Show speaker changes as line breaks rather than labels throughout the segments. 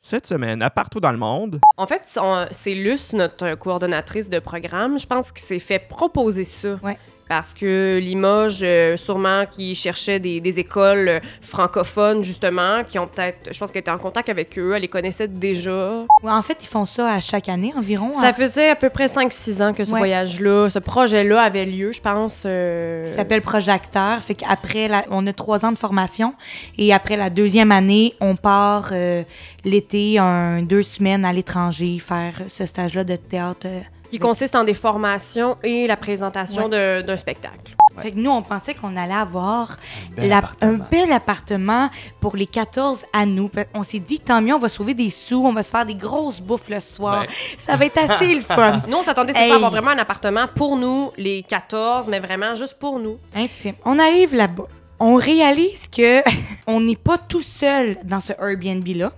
Cette semaine, à partout dans le monde,
En fait, on- c'est Luce, notre coordonnatrice de programme, je pense qu'il s'est fait proposer ça.
Ouais.
Parce que Limoges, euh, sûrement, qui cherchait des, des écoles euh, francophones, justement, qui ont peut-être. Je pense qu'elle était en contact avec eux, elle les connaissait déjà.
Ouais, En fait, ils font ça à chaque année environ. hein.
Ça faisait à peu près 5-6 ans que ce
Ouais.
voyage-là, ce projet-là avait lieu, je pense. euh,
Ça s'appelle Projecteur. Fait qu'après, la- on a trois ans de formation. Et après la deuxième année, on part euh, l'été, un, deux semaines à l'étranger, faire ce stage-là de théâtre. euh.
Qui consiste en des formations et la présentation de- d'un spectacle.
Fait que nous, on pensait qu'on allait avoir
Ben,
Bel
la- un
appartement.
bel appartement pour les 14 à nous. Fait- On s'est dit, tant mieux, on va sauver des sous, on va se faire des grosses bouffes le soir.
Ouais.
Ça va être assez le fun.
Nous, on s'attendait c'est ça, à
Hey.
avoir vraiment un appartement pour nous, les 14, mais vraiment juste pour nous.
Intime. On arrive là-bas. On réalise que on n'est pas tout seul dans ce Airbnb-là.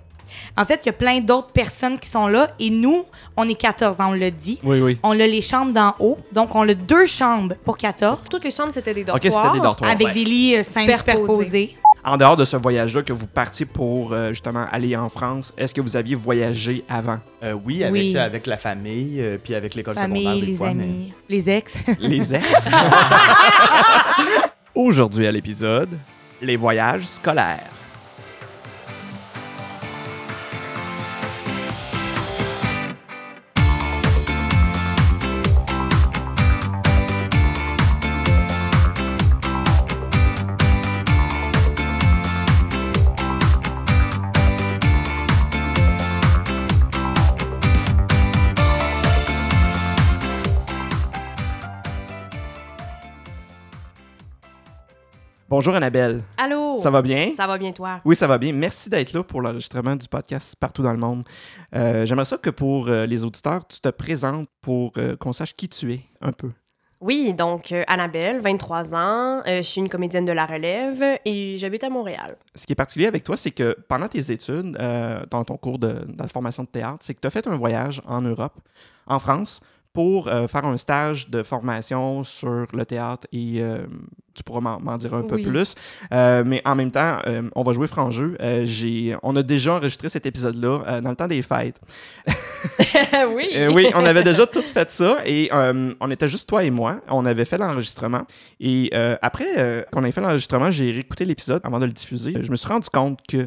En fait, il y a plein d'autres personnes qui sont là et nous, on est 14, hein, on l'a dit.
oui, oui.
On a les chambres d'en haut, donc on a deux chambres pour 14
Toutes les chambres, c'était des dortoirs.
Ok, c'était des dortoirs.
avec
ouais.
des lits euh, simples
Superposés.
superposés.
En dehors de ce voyage-là que vous partiez pour euh, justement aller en France, est-ce que vous aviez voyagé avant?
Euh, oui, avec,
Oui.
avec la famille, euh, puis avec l'école secondaire
Famille,
des
les
fois, mais-
amis, les ex.
Les ex? Aujourd'hui à l'épisode, les voyages scolaires. Bonjour Annabelle,
Oh.
Allô?
ça va bien?
Ça va bien, toi?
Oui, ça va bien. Merci d'être là pour l'enregistrement du podcast partout dans le monde. Euh, J'aimerais ça que pour euh, les auditeurs, tu te présentes pour euh, qu'on sache qui tu es un peu.
Oui, donc euh, Annabelle, 23 ans, euh, je suis une comédienne de la relève et j'habite à Montréal.
Ce qui est particulier avec toi, c'est que pendant tes études, euh, dans ton cours de, dans la formation de théâtre, c'est que tu as fait un voyage en Europe, en France, pour euh, faire un stage de formation sur le théâtre et euh, tu pourras m'en m'en dire un peu
Oui.
plus. Euh, mais en même temps, euh, on va jouer franc-jeu. Euh, j'ai- on a déjà enregistré cet épisode-là euh, dans le temps des fêtes.
oui!
Euh, oui, on avait déjà tout fait ça et euh, on était juste toi et moi. On avait fait l'enregistrement et euh, après euh, qu'on ait fait l'enregistrement, j'ai réécouté l'épisode avant de le diffuser. Je me suis rendu compte que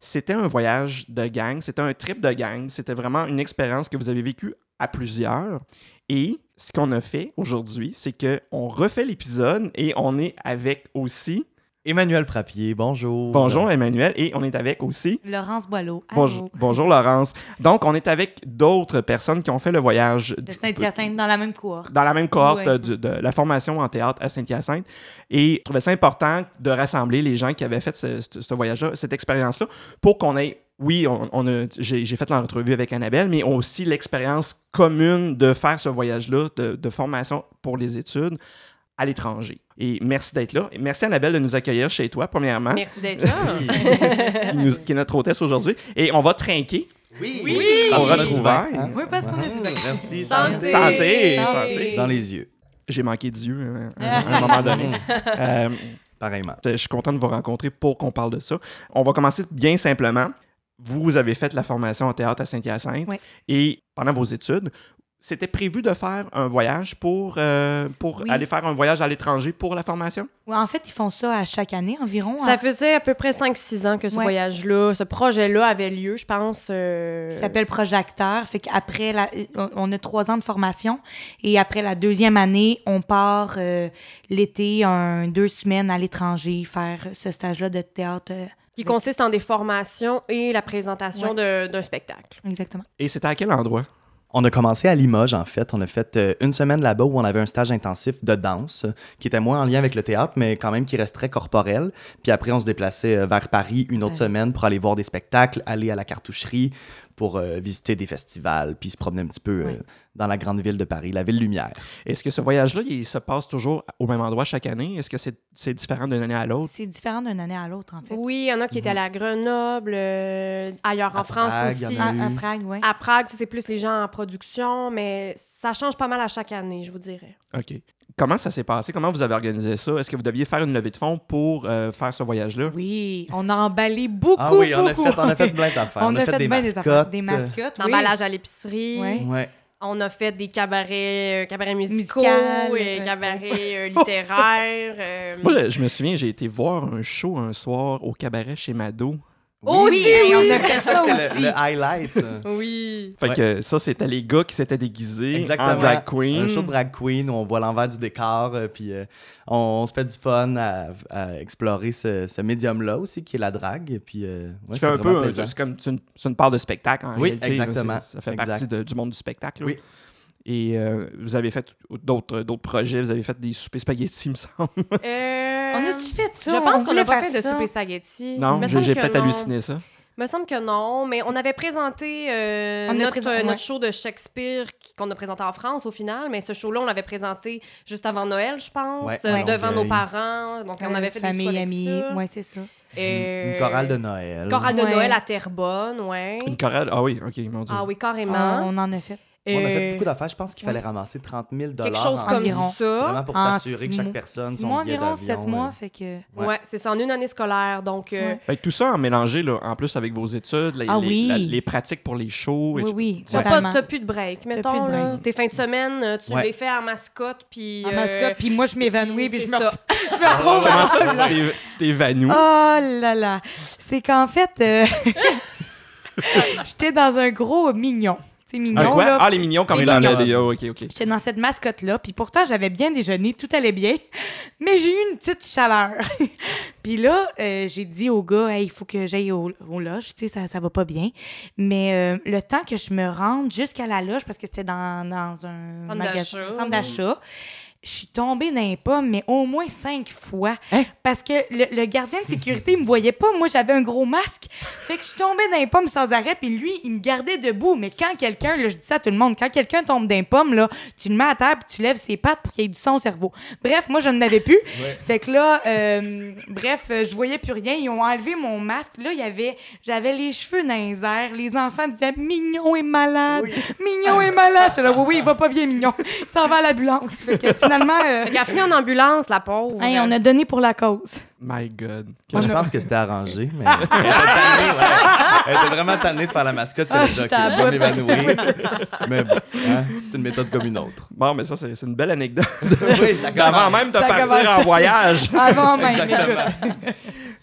c'était un voyage de gang, c'était un trip de gang, c'était vraiment une expérience que vous avez vécue à plusieurs. Et ce qu'on a fait aujourd'hui, c'est que on refait l'épisode et on est avec aussi.
Emmanuel Frappier, bonjour.
Bonjour Emmanuel et on est avec aussi
Laurence Boileau, allô.
Bonjour, bonjour Laurence. Donc, on est avec d'autres personnes qui ont fait le voyage.
De Saint-Hyacinthe, dans la même cour.
dans la même cohorte
Ouais.
euh, du- de la formation en théâtre à Saint-Hyacinthe. Et je trouvais ça important de rassembler les gens qui avaient fait ce, ce- ce voyage-là, cette expérience-là, pour qu'on ait. Oui, on, on a- j'ai j'ai fait l'entrevue avec Annabelle, mais aussi l'expérience commune de faire ce voyage-là de, de formation pour les études à l'étranger. Et merci d'être là. Et merci Annabelle de nous accueillir chez toi, premièrement,
Merci d'être là.
Oui.
qui, nous- qui est notre hôtesse aujourd'hui. Et on va trinquer
Oui.
Oui.
Parce
On
qu'on a
retrouve
du vin,
un.
hein?
Oui, parce qu'on a du vin.
Merci.
Santé.
santé,
Santé.
santé.
Dans les yeux,
J'ai manqué Dieu à, à un moment donné. Euh,
pareillement.
Je suis content de vous rencontrer pour qu'on parle de ça. On va commencer bien simplement. Vous avez fait la formation en théâtre à Saint-Hyacinthe
Oui.
et pendant vos études, c'était prévu de faire un voyage pour, euh, pour
Oui.
aller faire un voyage à l'étranger pour la formation?
Ouais, en fait, ils font ça à chaque année environ. hein.
Ça faisait à peu près 5-6 ans que ce
Ouais.
voyage-là, ce projet-là avait lieu, je pense. euh,
qui s'appelle Projecteur. Fait qu'après, la- on- on a trois ans de formation et après la deuxième année, on part euh, l'été, un, deux semaines à l'étranger faire ce stage-là de théâtre. euh,
Qui consiste en des formations et la présentation de- d'un spectacle.
exactement.
Et c'était à quel endroit?
On a commencé à Limoges, en fait. On a fait euh, une semaine là-bas où on avait un stage intensif de danse, euh, qui était moins en lien avec le théâtre, mais quand même qui reste très corporel. Puis après, on se déplaçait euh, vers Paris une autre
Ouais.
semaine pour aller voir des spectacles, aller à la cartoucherie pour euh, visiter des festivals, puis se promener un petit peu euh,
Ouais.
dans la grande ville de Paris, la ville lumière.
Est-ce que ce voyage-là, il se passe toujours au même endroit chaque année? Est-ce que c'est c'est différent d'une année à l'autre?
C'est différent d'une année à l'autre, en fait.
Oui, il y en a qui étaient à la Grenoble, euh, ailleurs
À
en France
Prague, il y en
aussi.
a
À,
eu.
à Prague, oui.
À Prague, ça, c'est plus les gens en production, mais ça change pas mal à chaque année, je vous dirais.
OK. Comment ça s'est passé? Comment vous avez organisé ça? Est-ce que vous deviez faire une levée de fonds pour euh, faire ce voyage-là?
Oui, on a emballé beaucoup,
Ah oui, on a fait,
beaucoup.
on a fait plein d'affaires.
On a fait
des
bien des affaires.
mascottes. euh,
Des mascottes, oui.
L'emballage à l'épicerie.
Ouais.
Ouais.
On a fait des cabarets, euh, cabarets musicaux,
Musical,
euh,
euh,
cabarets euh, littéraires. euh,
Moi, là, je me souviens, j'ai été voir un show un soir au cabaret chez Mado.
Oh,
Oui,
si,
hey,
oui.
on a fait ça
Ça, c'est
aussi.
le, le highlight. euh.
Oui.
Fait
Ouais.
que ça, c'était les gars qui s'étaient déguisés en
Exactement.
drag
Un show de
queen.
drag queen où on voit l'envers du décor, euh, puis euh, on, on se fait du fun à, à explorer ce, ce médium-là aussi, qui est la drague. Puis, euh, ouais,
Tu
c'était
fais un
vraiment
peu, hein, un-
plaisant.
c'est comme c'est une, c'est une part de spectacle en
Oui,
réalité. là,
exactement.
c'est- Ça fait
Exact.
partie de- du monde du spectacle. là.
Oui.
Et euh, vous avez fait d'autres euh, d'autres projets, vous avez fait des soupers spaghettis, il me semble.
Euh,
On a-tu fait ça?
Je pense
On
qu'on a
voulait
pas
faire
fait de
ça.
souper spaghetti. Il
Non,
me
j'ai
semble
j'ai
que
peut-être
non.
halluciné ça.
me semble que non, mais on avait présenté euh,
On a
notre,
présent-
euh,
ouais.
notre show de Shakespeare qui- qu'on a présenté en France au final, mais ce show-là, on l'avait présenté juste avant Noël, je pense,
Ouais,
euh,
ouais.
devant
Donc,
nos
euh,
parents. Donc, on avait fait
famille,
des
amis.
soirées avec
Ouais, c'est ça.
ça. Euh,
Une chorale de Noël.
chorale de
Ouais.
Noël à Terrebonne, ouais.
Une chorale? Ah oui, ok, mon Dieu.
Ah oui,
On,
carrément.
on en a fait.
On a
Euh,
fait beaucoup d'affaires. Je pense qu'il
ouais.
fallait ramasser 30 000
Quelque chose
en-
comme
environ.
ça.
Vraiment pour
En
s'assurer que
six
chaque
mois-
personne,
six
son
mois
billet
environ,
d'avion,
sept
euh,
mois, fait que...
Ouais, c'est ça, en une année scolaire. Donc, euh,
Ouais.
Fait que tout ça en mélangé, là, en plus avec vos études, les,
Ah
les-
oui.
la- les pratiques pour les shows. et
Oui,
tout.
oui,
T'as
totalement.
pas- t'as plus de break,
plus
mettons.
de
là.
break.
Tes fins de semaine, euh, tu
Ouais.
les fais en mascotte, puis...
En
euh,
mascotte, puis moi, je m'évanouis,
puis
puis je me
c'est ça.
re- je me retrouve
Comment ça, tu t'es- tu t'es évanoui?
Oh là là! C'est qu'en fait, euh, j'étais dans un gros mignon. C'est mignon,
Un quoi?
là.
Ah, les mignons quand
Les
il en
mignons.
a des. ah, ok, ok.
J'étais dans cette mascotte-là, puis pourtant, j'avais bien déjeuné, tout allait bien, mais j'ai eu une petite chaleur. puis là, euh, j'ai dit au gars, Hey, il faut que j'aille au, au loge, tu sais, ça, ça va pas bien. Mais euh, le temps que je me rende jusqu'à la loge, parce que c'était dans, dans un
Centre
magasin-
d'achat.
centre d'achat, je suis tombée dans les pommes, mais au moins cinq fois.
Hein?
Parce que le, le gardien de sécurité, il me voyait pas. Moi, j'avais un gros masque. Fait que je tombais dans les pommes sans arrêt. Puis lui, il me gardait debout. Mais quand quelqu'un, là, je dis ça à tout le monde, quand quelqu'un tombe dans les pommes, là, tu le mets à terre, puis tu lèves ses pattes pour qu'il y ait du sang au cerveau. Bref, moi, je n'en avais plus. Fait que là, euh, bref, euh, je voyais plus rien. Ils ont enlevé mon masque. Là, il y avait, j'avais les cheveux dans les airs. Les enfants disaient Mignon est malade. Mignon est malade. J'étais là, oui, oui, il va pas bien, Mignon. Il s'en va à l'ambulance. Fait que finalement, euh,
Elle a fini en ambulance, la pauvre.
hey, on a donné pour la cause.
My God.
Moi, je pense que c'était arrangé, mais elle était tannée, ouais. Elle était vraiment tannée de faire la mascotte puis
Ah,
elle a dit,
j'étais
Ok,
à
je
bout.
vais m'évanouir. mais bon, hein, c'est une méthode comme une autre.
Bon, mais ça, c'est c'est une belle anecdote.
oui, ça
Avant même de
Ça
partir
commence.
en voyage.
Avant même.
Exactement.
écoute.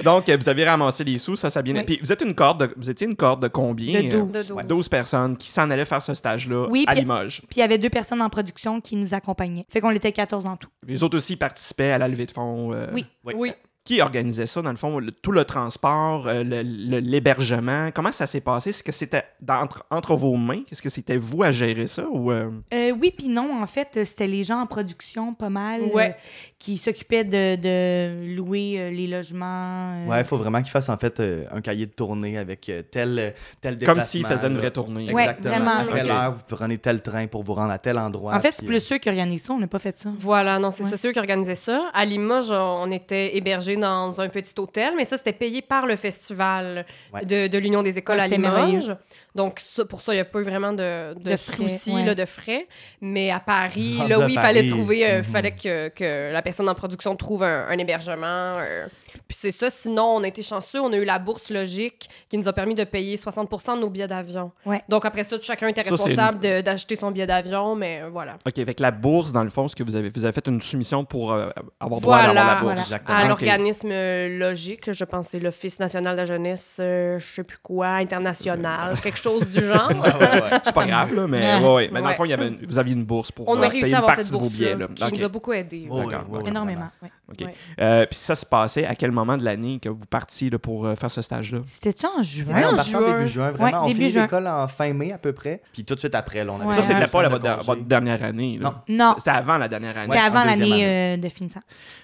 Donc, euh, vous avez ramassé les sous, ça, ça a bien.
Oui.
Puis vous êtes une corde, de- vous étiez une corde de combien
De
euh,
douze.
De douze.
12 personnes qui s'en allaient faire ce stage-là
Oui,
à
puis-
Limoges.
Puis il y avait deux personnes en production qui nous accompagnaient. Fait qu'on était 14 en tout.
Les autres aussi participaient à la levée de fonds. euh,
Oui.
Oui.
Oui.
Qui organisait ça, dans le fond, le- tout le transport, euh, le- le- l'hébergement? Comment ça s'est passé? Est-ce que c'était dans- entre, entre vos mains? Est-ce que c'était vous à gérer ça? Ou, euh,
Euh, oui, puis non, en fait, euh, c'était les gens en production pas mal
Ouais.
euh, qui s'occupaient de, de louer euh, les logements. euh.
Ouais, il faut vraiment qu'il fasse en fait euh, un cahier de tournée avec euh, tel, tel déplacement.
Comme s'ils faisaient une
là.
vraie tournée.
Ouais,
Exactement.
vraiment.
À quelle
Ok.
heure vous prenez tel train pour vous rendre à tel endroit?
en fait, c'est
puis,
plus ceux qui organisent ça, on n'a pas fait ça.
Voilà, non, c'est
Ouais.
ça, c'est eux qui organisaient ça. À Limoges, on était hébergés dans un petit hôtel, mais ça, c'était payé par le festival
Ouais.
de, de l'Union des écoles
Ouais,
à
c'était
Limoges.
merveilleux.
Donc, ça, pour ça, il n'y a pas eu vraiment de, de,
De frais,
soucis,
ouais.
là, de frais. Mais à Paris,
Rendu
là,
à
oui, il fallait
Paris.
trouver, euh,
Mhm.
fallait que, que la personne en production trouve un, un hébergement. euh. Puis c'est ça. Sinon, on a été chanceux, on a eu la bourse logique qui nous a permis de payer 60 de nos billets d'avion.
Ouais.
Donc, après ça, chacun était
Ça, c'est une-
responsable de- d'acheter son billet d'avion, mais euh, voilà.
OK, avec la bourse, dans le fond, ce que vous avez, vous avez fait une soumission pour euh, avoir droit à
Voilà,
avoir la bourse.
voilà.
Exactement.
à
Ok.
l'organisme euh, logique, je pense que c'est l'Office national de la jeunesse, euh, je sais plus quoi, international, quelque chose du genre.
Ah ouais, ouais.
C'est pas grave, là, mais,
Ouais.
ouais, ouais. mais dans le
Ouais.
fond, il y avait une- vous aviez une bourse pour
On
euh,
a réussi
payer
à
une
avoir
partie
cette
de vos
bourse
billets. Là.
qui
OK.
nous a beaucoup aidés.
Oh,
D'accord,
ouais, ouais,
Énormément. ouais.
OK.
Ouais.
Euh, Puis ça se passait à quel moment de l'année que vous partiez là, pour euh, faire ce stage-là?
C'était-tu en
C'était
juin?
en
en
partant
juin.
début juin, vraiment.
Ouais,
on
début
finit
juin.
l'école en fin mai à peu près. Puis tout de suite après, là, on avait
Ouais.
Ça,
deux
c'était pas
semaines
la,
de
votre,
congé.
votre dernière année. là.
Non.
Non,
C'était avant la dernière année.
c'était
en
avant
deuxième
l'année euh, de finissant.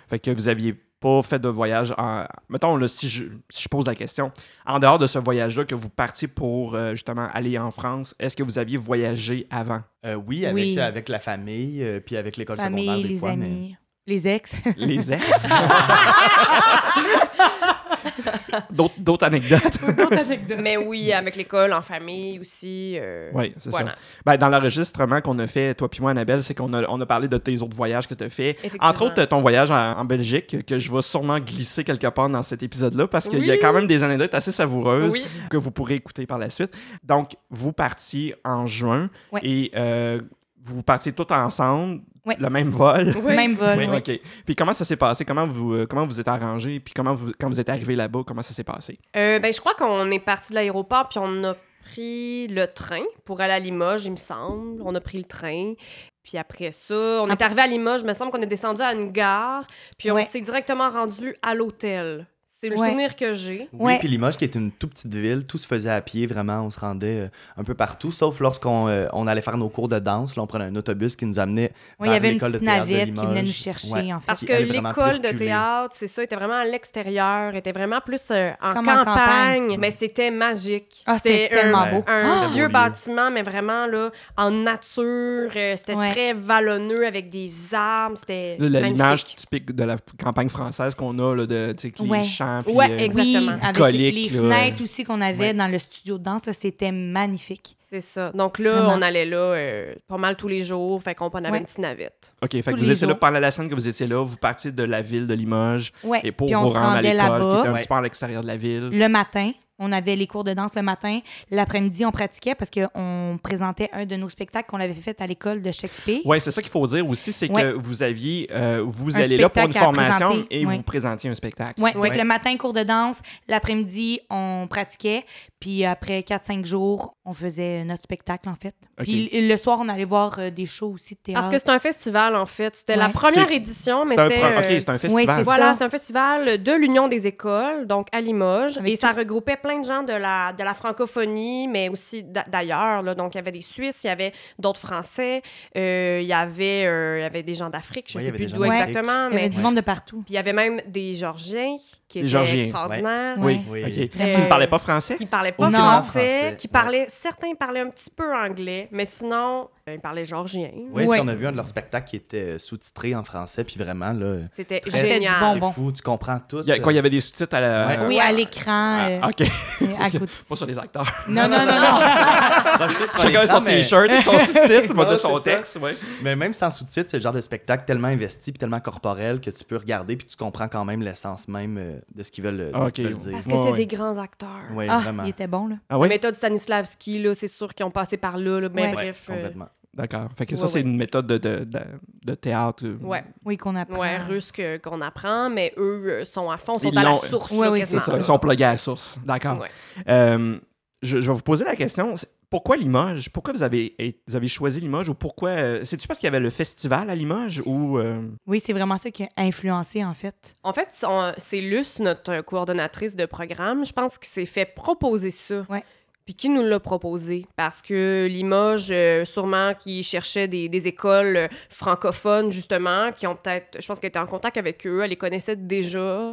Fait que vous aviez pas fait de voyage en... Mettons, là, si, je, si je pose la question, en dehors de ce voyage-là que vous partiez pour euh, justement aller en France, est-ce que vous aviez voyagé avant?
Euh, oui, avec,
Oui.
avec la famille, euh, puis avec l'école secondaire
Famille,
des
les
fois, mais-
amis, les ex.
Les ex? D'autres d'autres anecdotes.
Mais oui, avec l'école, en famille aussi. euh,
Oui, c'est
voilà.
ça. Ben, dans l'enregistrement qu'on a fait, toi puis moi, Annabelle, c'est qu'on a, on a parlé de tes autres voyages que tu as fait.
Effectivement.
Entre autres, ton voyage en, en Belgique, que je vais sûrement glisser quelque part dans cet épisode-là, parce qu'il y a
Oui.
quand même des anecdotes assez savoureuses
Oui.
que vous pourrez écouter par la suite. Donc, vous partiez en juin
Ouais.
et euh, vous partiez tous ensemble,
Ouais.
le même vol.
Oui.
Même vol.
Oui,
oui.
OK. Puis comment ça s'est passé? Comment vous euh, comment vous êtes arrangé? Puis comment vous, quand vous êtes arrivé là-bas, comment ça s'est passé?
Euh, ben, je crois qu'on est parti de l'aéroport, puis on a pris le train pour aller à Limoges, il me semble. On a pris le train. Puis après ça, on est
Après-
arrivé à Limoges, il me semble qu'on est descendu à une gare, puis on
Ouais.
s'est directement rendu à l'hôtel. C'est le
Ouais.
souvenir que j'ai.
Oui,
Ouais.
puis Limoges, qui est une toute petite ville, tout se faisait à pied, vraiment, on se rendait euh, un peu partout, sauf lorsqu'on euh, on allait faire nos cours de danse. Là, on prenait un autobus qui nous amenait
Oui, il y
vers
avait une
l'école de
petite
théâtre de
navette qui venait nous
Limoges.
chercher,
Ouais.
en fait.
Parce
Puis
que
elle est vraiment
l'école
plus
de
reculée.
théâtre, c'est ça, était vraiment à l'extérieur, était vraiment plus euh, en,
Comme en
campagne,
campagne.
mais c'était magique.
Ah, c'était tellement
un,
beau.
un
Ah!
vieux
Très beau lieu.
bâtiment, mais vraiment là, en nature, euh, c'était
Ouais.
très vallonneux avec des arbres, c'était
Là, la- L'image
magnifique.
typique de la campagne française qu'on a, là, de, tu sais, que les
Ouais.
champs. puis,
Ouais,
euh,
exact. Exactement.
Oui, avec
Bucolique,
les
là.
fenêtres aussi qu'on avait
Ouais.
dans le studio de danse, là, c'était magnifique.
C'est ça. Donc là,
Vraiment.
on allait là euh, pas mal tous les jours, fait qu'on prenait
Ouais.
une petite navette.
OK, fait que
Tous
vous
les
étiez là
jours.
pendant la semaine que vous étiez là, vous partiez de la ville de Limoges
Ouais.
et pour
Eh, Puis on
vous
se
rendre à
rendait
l'école, qui était un
là-bas Mm.
petit peu à l'extérieur de la ville.
le matin. On avait les cours de danse le matin. L'après-midi, on pratiquait parce qu'on présentait un de nos spectacles qu'on avait fait à l'école de Shakespeare.
Oui, c'est ça qu'il faut dire aussi, c'est
Ouais.
que vous aviez, euh, vous
Un
allez là pour une
spectacle à
formation
présenter,
et
ouais.
vous présentiez un spectacle.
Ouais,
Ouais.
Fait que le matin, cours de danse. L'après-midi, on pratiquait. Puis après 4-5 jours, on faisait notre spectacle, en fait.
OK.
Puis l- le soir, on allait voir euh, des shows aussi de théâtre.
Parce que c'est un festival en fait, c'était la
Ouais.
première
C'est-
édition, mais
C'est un,
c'était
pro- OK,
euh,
c'est un festival.
c'est ça.
Voilà, c'est un festival de l'Union des écoles, donc à Limoges.
Avec
et ça regroupait plein de gens de la, de la francophonie, mais aussi d'a- d'ailleurs. là. Donc, il y avait des Suisses, il y avait d'autres Français, euh, il, y avait, euh, il y avait des gens d'Afrique, je
Ouais, il
sais
y avait
plus
des
d'où
gens d'Afrique.
exactement.
Il y avait
Mais...
du
Ouais.
monde de partout.
Puis il y avait même des Géorgiens
Des
qui étaient
Géorgiens, ouais.
extraordinaires.
Oui,
Ouais.
OK.
Vraiment.
Qui ne parlait pas français?
Qui parlaient pas
Non.
français,
Français,
qui
ouais.
parlaient, certains parlaient un petit peu anglais, mais sinon, euh, ils parlaient géorgien.
Oui,
Ouais.
puis on a vu un de leurs spectacles qui était euh, sous-titré en français, puis vraiment, là,
C'était
Très-
C'était du
génial.
bon
c'est fou, tu comprends tout.
Il y a- quoi, il y avait des sous-titres à la...
Ouais.
Oui,
Euh, Ouais.
à l'écran. euh,
Ah, OK,
euh, à
parce que-
côté.
pas sur les acteurs.
Non, non, non, Ah, non.
Projeté sur
Chacun
l'écran,
son
mais-
t-shirt, et son sous-titre, moi, de
Ouais,
son
c'est ça.
texte, ouais.
Mais même sans sous-titres, c'est le genre de spectacle tellement investi puis tellement corporel que tu peux regarder puis tu comprends quand même l'essence même euh, de ce qu'ils veulent, de
Ah,
ce qu'ils
ok.
veulent dire.
Parce que
Ouais,
c'est
ouais.
des grands acteurs.
Oui,
Ah,
vraiment.
il était bon, là.
Ah oui?
La méthode Stanislavski, là, c'est sûr qu'ils ont passé par là. là. Mais
Ouais.
Ouais,
bref, euh,
complètement.
D'accord. Fait que ça,
Ouais,
c'est
ouais.
une méthode de, de, de, de théâtre. euh,
ouais,
Oui, qu'on apprend.
ouais, russe que- qu'on apprend, mais eux euh, sont à fond, sont
Ils
à la
l'ont-
source.
Ouais,
là,
oui,
C'est
quasiment.
ça, ils sont plugués à la source. D'accord.
Ouais.
Euh, je, je vais vous poser la question. c'est- Pourquoi Limoges? Pourquoi vous avez, et- vous avez choisi Limoges? Ou pourquoi... euh, C'est-tu parce qu'il y avait le festival à Limoges? Ou... euh,
Oui, c'est vraiment ça qui a influencé, en fait.
En fait, on- c'est Luce, notre euh, coordonnatrice de programme, je pense qu'il s'est fait proposer ça.
Ouais.
Puis qui nous l'a proposé? Parce que Limoges, euh, sûrement, qui cherchait des, des écoles euh, francophones, justement, qui ont peut-être, je pense qu'elle était en contact avec eux, elle les connaissait déjà.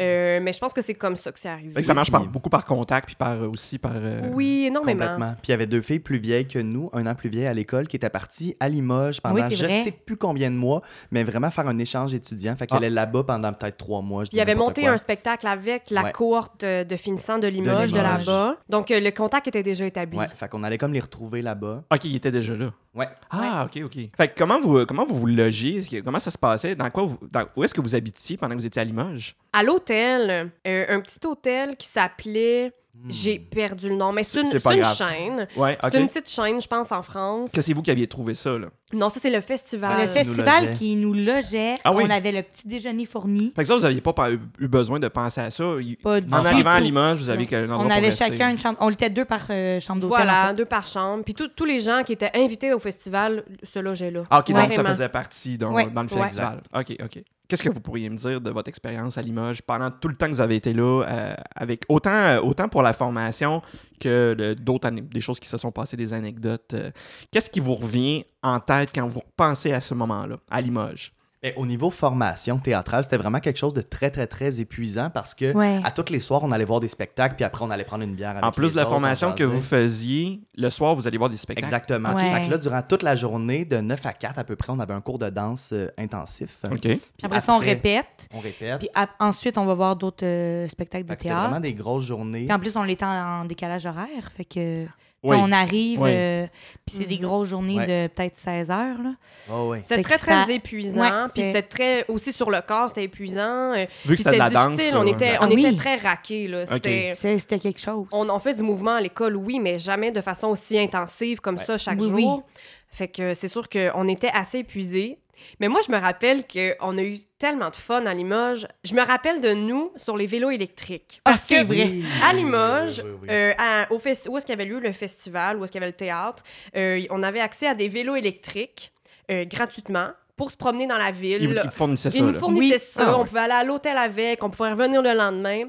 Euh, mais je pense que c'est comme ça que c'est arrivé.
fait que ça marche par,
Oui.
beaucoup par contact, puis par, euh, aussi par... euh,
Oui, énormément.
Complètement. Puis il y avait deux filles plus vieilles que nous, un an plus vieilles à l'école, qui étaient parties à Limoges pendant
Oui, c'est
je
vrai.
sais plus combien de mois, mais vraiment faire un échange étudiant. Fait
Ah.
qu'elle est là-bas pendant peut-être trois mois. je
Puis il
dis
avait
n'importe
monté
quoi.
un spectacle avec la
Ouais.
cohorte euh, de finissants de Limoges de,
Limoges.
là-bas. Donc euh, le contact était déjà établi.
Ouais, fait qu'on allait comme les retrouver là-bas.
OK, il était déjà là.
Ouais.
Ah, OK, OK. Fait que comment vous, comment vous vous logiez? Est-ce que- Comment ça se passait? Dans quoi vous- dans- où est-ce que vous habitiez pendant que vous étiez à Limoges?
À l'hôtel, euh, un petit hôtel qui s'appelait. J'ai perdu le nom, mais c'est une,
Hmm. C'est pas
c'est une
grave.
chaîne.
Ouais,
C'est une
OK.
petite chaîne, je pense, en France.
Que c'est vous qui aviez trouvé ça, là?
Non, ça, c'est le festival.
Le
Ah, nous
festival
logeait.
qui nous logeait,
Ah oui.
on avait le petit déjeuner fourni.
Fait que ça, vous n'aviez pas par- eu besoin de penser à ça. Il-
Pas du
En arrivant à
tout.
Limoges, vous aviez qu'un endroit
On
pour
avait
rester.
chacun une chambre. On était deux par euh, chambre d'hôtel.
Voilà,
en fait.
deux par chambre. Puis tous- tous les gens qui étaient invités au festival se logeaient là.
Ah, ok, donc ça
Vraiment.
faisait partie dans,
Ouais,
dans le
ouais.
festival. Ok, ok. Qu'est-ce que vous pourriez me dire de votre expérience à Limoges pendant tout le temps que vous avez été là, euh, avec autant, euh, autant pour la formation que le- d'autres ané- des choses qui se sont passées, des anecdotes. euh, Qu'est-ce qui vous revient en tête quand vous pensez à ce moment-là, à Limoges?
Mais au niveau formation théâtrale, c'était vraiment quelque chose de très, très, très épuisant parce que
Ouais.
à tous les soirs, on allait voir des spectacles, puis après, on allait prendre une bière avec
En plus
les
de la
autres, on
formation que
jasait.
vous faisiez, le soir, vous allez voir des spectacles.
Exactement.
Ouais.
Fait que là, durant toute la journée, de 9 à 4 à peu près, on avait un cours de danse euh, intensif.
OK.
Puis
Après ça, on répète.
On répète.
Puis ap- ensuite, on va voir d'autres euh, spectacles de
Fait Ah, que c'était vraiment
théâtre.
des grosses journées.
Puis en plus, on l'était en, en décalage horaire. Fait que, tu sais,
Oui.
on arrive,
Oui.
euh, puis
Mhm.
c'est des grosses journées
Ouais.
de peut-être 16 heures. Là.
Oh, ouais.
C'était
Fait
très,
que ça-
très épuisant.
Ouais,
puis
c'est-
c'était très. Aussi sur le corps, c'était épuisant. euh,
Vu que
Puis
c'était de la
c'était
danse.
difficile.
ça,
on
ouais.
était,
Ah,
on
oui.
était très raqués. Là. C'était-
C'est- C'était quelque chose.
On, on fait du mouvement à l'école, oui, mais jamais de façon aussi intensive comme ça chaque
Oui,
jour. Fait que c'est sûr qu'on était assez épuisés. Mais moi, je me rappelle qu'on a eu tellement de fun à Limoges. Je me rappelle de nous sur les vélos électriques.
Ah, c'est vrai.
Oui,
À
oui, oui,
Limoges,
oui, oui, oui.
euh, à- au fest- où est-ce qu'il y avait lieu le festival, où est-ce qu'il y avait le théâtre, euh, on avait accès à des vélos électriques euh, gratuitement pour se promener dans la ville.
Ils, ils fournissaient ça.
Ils nous
là.
fournissaient
Oui.
ça,
Ah,
on
ouais.
pouvait aller à l'hôtel avec, on pouvait revenir le lendemain.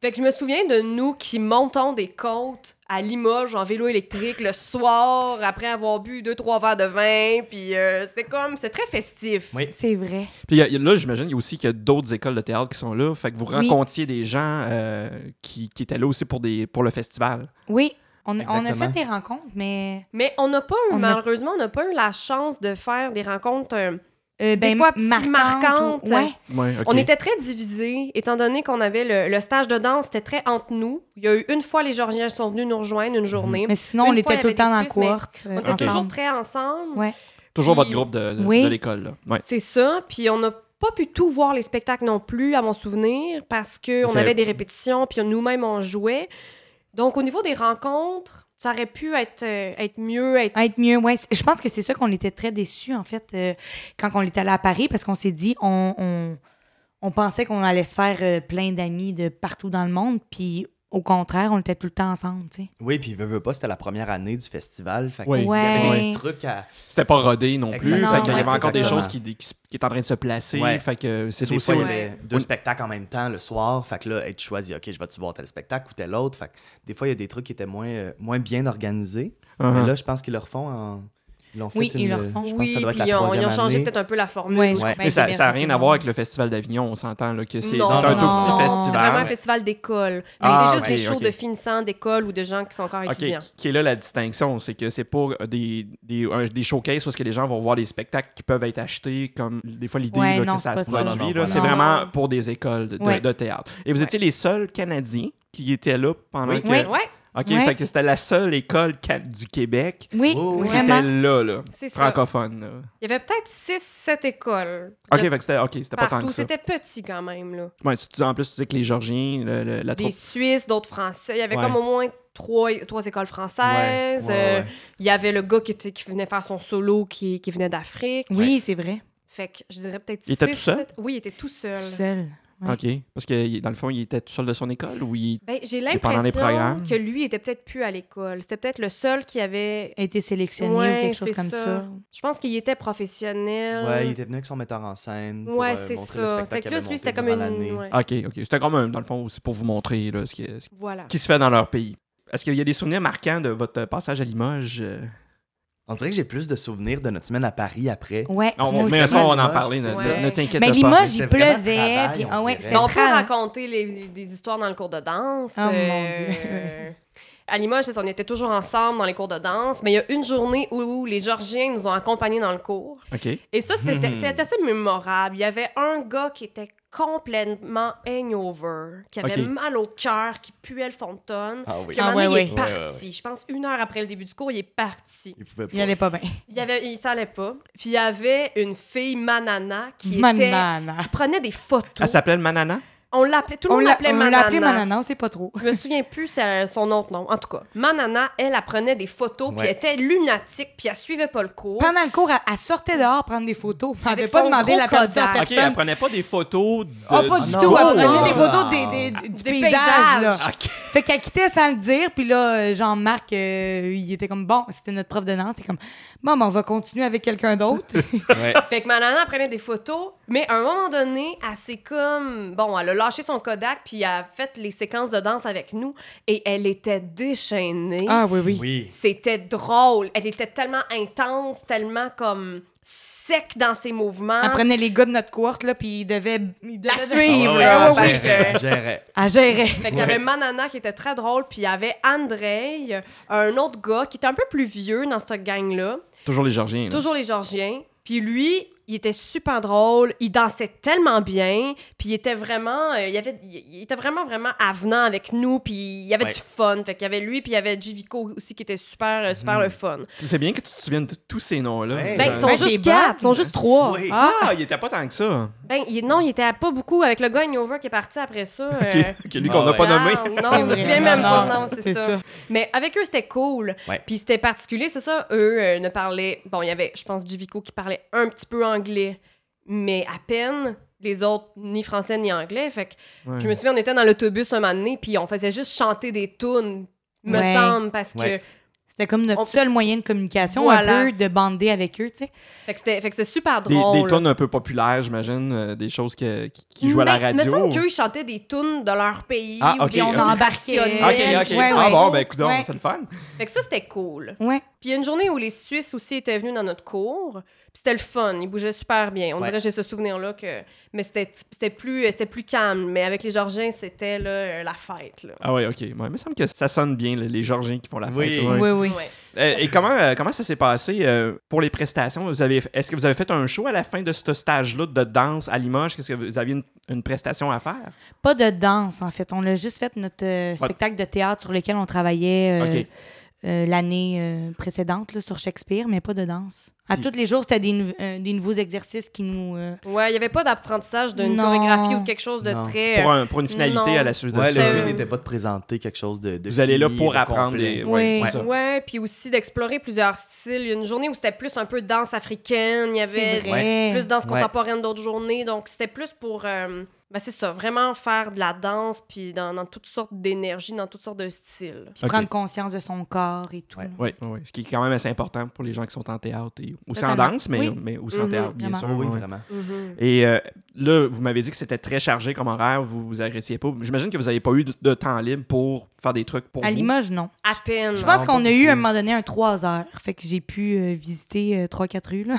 Fait que je me souviens de nous qui montons des côtes à Limoges en vélo électrique le soir après avoir bu deux trois verres de vin, puis euh, c'était comme c'est très festif.
Oui.
C'est vrai.
Puis il y a- il y a- là, j'imagine il y a aussi qu'il y a d'autres écoles de théâtre qui sont là. Fait que vous
Oui.
rencontriez des gens euh, qui, qui étaient là aussi pour, des, pour le festival.
Oui, on, a- on a fait
Exactement.
des rencontres, mais.
Mais on n'a pas eu,
On a-
malheureusement, on n'a pas eu la chance de faire des rencontres. euh,
euh, ben,
fois, si
marquantes ou-
marquantes. euh,
Ouais.
Ouais, OK.
On était très divisés, étant donné qu'on avait le, le stage de danse, c'était très entre nous. Il y a eu une fois, les Georgiens sont venus nous rejoindre une journée.
Mais sinon,
Une
on
fois, il
était
y
tout le
avait
temps
des
dans la
Suisses, mais
cohorte. euh,
on était
Ok.
toujours
ensemble.
très ensemble.
Ouais.
Toujours votre
Puis-
groupe de, de-
Oui.
de l'école. là. Ouais.
C'est ça. Puis on n'a pas pu tout voir les spectacles non plus, à mon souvenir, parce qu'on
C'est-
avait des répétitions, puis nous-mêmes, on jouait. Donc, au niveau des rencontres, ça aurait pu être, euh, être mieux, être...
À être mieux, ouais. Je pense que c'est ça qu'on était très déçus, en fait, euh, quand on était allé à Paris, parce qu'on s'est dit, on, on, on pensait qu'on allait se faire euh, plein d'amis de partout dans le monde, puis au contraire, on était tout le temps ensemble, tu sais.
Oui, puis veux, veux pas, c'était la première année du festival. Fait que
Oui.
Il y avait
Ouais.
des trucs à.
C'était pas rodé non plus.
Exactement.
fait qu'il y
Non,
avait
ouais,
encore
c'est
des
ça.
choses qui, qui, s- qui étaient en train de se placer.
Ouais.
Fait que c'est
Des
aussi.
fois, il y
ouais.
avait deux spectacles en même temps le soir. Fait que là, être choisi, OK, je vais-tu voir tel spectacle ou tel autre. Fait que des fois, il y a des trucs qui étaient moins, euh, moins bien organisés.
Uh-huh.
Mais là, je pense qu'ils le refont en. Ils l'ont
Oui,
fait
ils le
une-
refont.
Je pense que
oui,
ça doit
puis
être la
on- ils
troisième
ont changé
année.
peut-être un peu la formule. aussi.
Ouais.
Ben,
Mais ça n'a rien à voir avec le festival d'Avignon, on s'entend là, que c'est c'est
Non,
un tout
non,
petit
non.
festival.
C'est vraiment un festival d'école. Donc,
Ah,
c'est juste
ok,
des shows
ok.
de finissants d'école ou de gens qui sont encore
OK,
étudiants.
qui est là la distinction, c'est que c'est pas des, des, un- des showcases où est-ce que les gens vont voir des spectacles qui peuvent être achetés, comme des fois l'idée
Ouais,
là,
non,
que ça
c'est
se
pas ça.
produit.
Non, non,
là,
non,
c'est
non.
vraiment pour des écoles de, de-
Ouais.
de théâtre. Et vous étiez les seuls Canadiens qui étaient là pendant
Oui.
que...
Oui.
Ouais,
OK,
Ouais.
fait que c'était la seule école ca- du Québec
Oui,
Oh, oui.
qui était
vraiment.
là, là,
c'est ça.
francophone. là.
Il y avait peut-être 6-7 écoles.
OK,
de
fait que c'était ok, c'était pas tant
Partout,
que ça.
c'était petit quand même. Là.
Ouais, si tu dis- en plus, tu dis que les Georgiens, le- le- la
Des
troupe...
Suisses, d'autres Français. Il y avait
Ouais.
comme au moins trois, trois écoles
Ouais,
françaises.
ouais,
euh,
ouais.
Il y avait le gars qui, était, qui venait faire son solo, qui, qui venait d'Afrique.
Oui, c'est vrai.
Fait que je dirais peut-être
Il était
six,
tout seul?
sept- Oui, il était tout seul.
Tout seul. Ouais.
OK, parce que il- dans le fond, il était tout seul de son école ou il...
Ben, j'ai
Dépendant des
l'impression
programmes.
que lui il était peut-être plus à l'école. C'était peut-être le seul qui avait.
A été sélectionné
Ouais,
ou quelque chose
c'est
comme ça.
ça. Je pense qu'il était professionnel.
Ouais, il était venu avec son metteur en scène. Pour,
Ouais,
euh,
c'est
montrer
ça.
Le spectacle
Fait que
qu'il
là,
avait
lui, c'était
monté
comme
durant
une.
l'année. Ah.
ouais.
OK, OK. C'était quand même, dans le fond, aussi pour vous montrer là, ce, qui, ce
Voilà.
qui se fait dans leur pays. Est-ce qu'il y a des souvenirs marquants de votre passage à Limoges? euh?
On dirait que j'ai plus de souvenirs de notre semaine à Paris après.
Ouais.
On-
moi aussi.
mais ça, on va en
Limoges,
parler, ne,
c'est
ça.
ne t'inquiète
Ben,
pas.
Limoges,
C'était
il
vraiment
pleuvait.
travail,
puis-
on
ah ouais,
dirait.
c'était
Ben, on peut
tra-
raconter les- des histoires dans le cours de danse. euh,
Oh, mon Dieu.
À Limoges, c'est ça, on était toujours ensemble dans les cours de danse, mais il y a une journée où les Georgiens nous ont accompagnés dans le cours.
OK.
Et ça, c'était
Hmm.
c'était assez mémorable. Il y avait un gars qui était complètement hangover, qui avait
Ok.
mal au cœur, qui puait le fond de tonne.
Ah oui.
Puis à un
Ah,
moment donné,
ouais,
il est
ouais. Ouais,
parti.
ouais,
Je pense une heure après le début du cours, il est parti.
Il pouvait pas.
Il allait pas bien.
Il y avait, il s'allait pas. Puis il y avait une fille manana qui était,
Manana.
qui prenait des
Elle
photos.
s'appelait le Manana?
On l'appelait, tout le
On
monde
l'a
l'appelait
on l'a appelé
manana.
Manana, on sait pas trop.
Je me souviens plus si elle- son autre nom. En tout cas, Manana, elle, elle prenait des photos, puis
Ouais.
elle était lunatique, puis elle suivait pas le cours.
Pendant le cours, elle, elle sortait dehors prendre des photos. Elle n'avait
Avec
pas
son
demandé
gros
la permission à
Kodak.
OK, elle
personne.
prenait pas des photos de,
Ah, pas du
non.
tout. Elle
Oh,
prenait des
non.
photos des, des- des- du
Des
paysage.
paysages.
là.
OK.
Fait qu'elle quittait sans le dire. Puis là, euh, Jean-Marc, euh, il était comme, bon, c'était notre prof de danse. C'est comme, bon, ben, on va continuer avec quelqu'un d'autre.
Ouais.
Fait que Manana prenait des photos, mais à un moment donné, elle s'est comme. Bon, elle a lâché son Kodak, puis elle a fait les séquences de danse avec nous, et elle était déchaînée.
ah oui, oui.
Oui.
C'était drôle. Elle était tellement intense, tellement comme sec dans ses mouvements.
Elle prenait les gars de notre courte, là, puis ils devaient... ils
La
devaient-
suivre. Ah
Ouais, ouais, ouais,
là,
ouais,
parce
ouais,
que-
gérait, gérait.
Elle gérait.
Fait qu'il y avait Manana qui était très drôle, puis il y avait Andrei, un autre gars qui était un peu plus vieux dans cette gang-là.
Toujours les Georgiens. là.
Toujours les Georgiens. Puis lui, il était super drôle, il dansait tellement bien, puis il était vraiment, euh, il, avait, il il était vraiment, vraiment avenant avec nous, puis il y avait
Ouais.
du fun. Fait qu'il y avait lui, puis il y avait Jivico aussi qui était super, euh,
Mhm.
super le fun.
C'est bien que tu te souviennes de tous ces noms-là.
Ouais.
Ben,
Euh,
ils sont
Ben, t'es
juste
bonne.
quatre, ils sont juste trois.
Oui.
Ah, il était pas tant que ça.
Ben, il- non, il était à pas beaucoup avec le gars Over qui est parti après ça.
Ok,
euh,
ok, lui qu'on n'a
Ah
pas
non,
nommé.
Non, je me souviens même pas, non, c'est ça.
ça.
Mais avec eux, c'était cool.
Ouais.
Puis c'était particulier, c'est ça. Eux euh, ne parlaient. Bon, il y avait, je pense, Jivico qui parlait un petit peu anglais, mais à peine. Les autres, ni français ni anglais. Fait que
Ouais.
je me souviens, on était dans l'autobus un moment donné, puis on faisait juste chanter des tunes, me
Ouais.
semble, parce que.
Ouais.
C'était comme notre
On-
seul moyen de communication,
Voilà.
un peu de bander avec eux, tu sais.
Fait que c'était fait que c'était super
Des,
drôle.
des tunes un peu populaires, j'imagine, euh, des choses que- qui, qui jouent à la
Mais Il me
radio.
semble qu'eux, ils chantaient des tunes de leur pays.
Ah,
ou
ok,
des- on
ok.
embarquait.
Ah, Ok,
Ouais,
ok.
ouais.
ah bon, ben, écoute,
Ouais.
c'est le fun.
Fait que ça, c'était cool.
Ouais.
Puis il y a une journée où les Suisses aussi étaient venus dans notre cours. Puis c'était le fun, ils bougeaient super bien. On
Ouais.
dirait j'ai ce souvenir-là que... Mais c'était c'était plus, c'était plus calme. Mais avec les Georgiens, c'était là, euh, la fête. Là.
Ah oui, ok. Ouais, mais il me semble que ça sonne bien, là, les Georgiens qui font la fête.
Oui.
ouais.
Oui, oui.
Ouais.
Euh, et comment, euh, comment ça s'est passé euh, pour les prestations? Vous avez, est-ce que vous avez fait un show à la fin de ce stage-là de danse à Limoges? Est-ce que vous aviez une, une prestation à faire?
Pas de danse, en fait. On a juste fait notre euh, spectacle de théâtre sur lequel on travaillait euh,
Ok.
euh, l'année euh, précédente là, sur Shakespeare, mais pas de danse. À
Puis-
tous les jours, c'était des, nou- euh, des nouveaux exercices qui nous... euh,
Ouais, il n'y avait pas d'apprentissage d'une
Non.
chorégraphie ou de quelque chose de
Non.
Euh,
très... euh,
Pour, un- pour une finalité
non.
à la suite de
Ouais,
ça.
le
Euh,
but n'était pas de présenter quelque chose de, de
Vous allez là
fini,
pour
de
apprendre
complet.
des.
Oui.
c'est ça.
Ouais, puis aussi d'explorer plusieurs styles. Il y a une journée où c'était plus un peu danse africaine, il y
C'est
avait
vrai.
plus danse
Ouais.
contemporaine d'autres journées. Donc, c'était plus pour, euh, ben, c'est ça, vraiment faire de la danse, puis dans, dans toutes sortes d'énergies, dans toutes sortes de styles.
Puis
Ok.
prendre conscience de son corps et tout.
Ouais.
Oui, oui, oui. ce qui est quand même assez important pour les gens qui sont en théâtre et aussi en
Totalement.
danse, mais,
Oui.
mais aussi en
Mhm,
théâtre, bien
vraiment.
sûr.
Ah Oui,
ouais.
vraiment.
Mm-hmm.
Et euh, là, vous m'avez dit que c'était très chargé comme horaire, vous vous agressiez pas. J'imagine que vous n'avez pas eu de, de temps libre pour faire des trucs pour
À
vous.
Limoges, non.
À peine.
Je
Non,
pense
pas
qu'on a eu,
beaucoup.
à un moment donné, un 3 heures. Fait que j'ai pu euh, visiter 3-4 rues, là.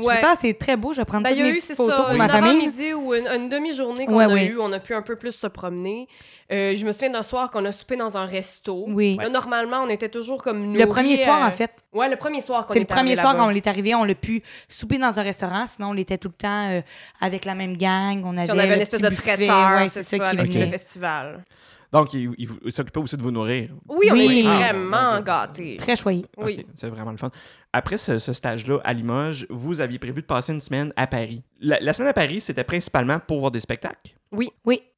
Ouais.
Je pense que c'est très beau. Je vais prendre
Ben, il y
toutes
a
mes
eu,
petites
c'est
photos
ça,
pour
une
ma famille.
avant-midi ou une, une demi-journée qu'on
Ouais,
a
ouais.
eue, on a pu un peu plus se promener. Euh, je me souviens d'un soir qu'on a soupé dans un resto.
Oui.
Là, normalement, on était toujours comme nous.
Le premier
euh,
soir, en fait.
Ouais, le premier soir qu'on
C'est le
était
premier
arrivé
soir
là-bas.
quand on est arrivé, on l'a pu souper dans un restaurant, sinon on était tout le temps euh, avec la même gang. On avait,
Puis on avait
le
une espèce
petit
de
buffet,
traiteur,
ouais,
c'est ça,
qui
avec
venait.
le festival.
Donc, il, il, vous- il s'occupait aussi de vous nourrir.
Oui, on
Oui.
était
Ah,
vraiment
mon Dieu.
gâtés.
Très choyé.
Oui.
Ok, c'est vraiment le fun. Après ce, ce stage-là à Limoges, vous aviez prévu de passer une semaine à Paris. La, la semaine à Paris, c'était principalement pour voir des spectacles.
Oui.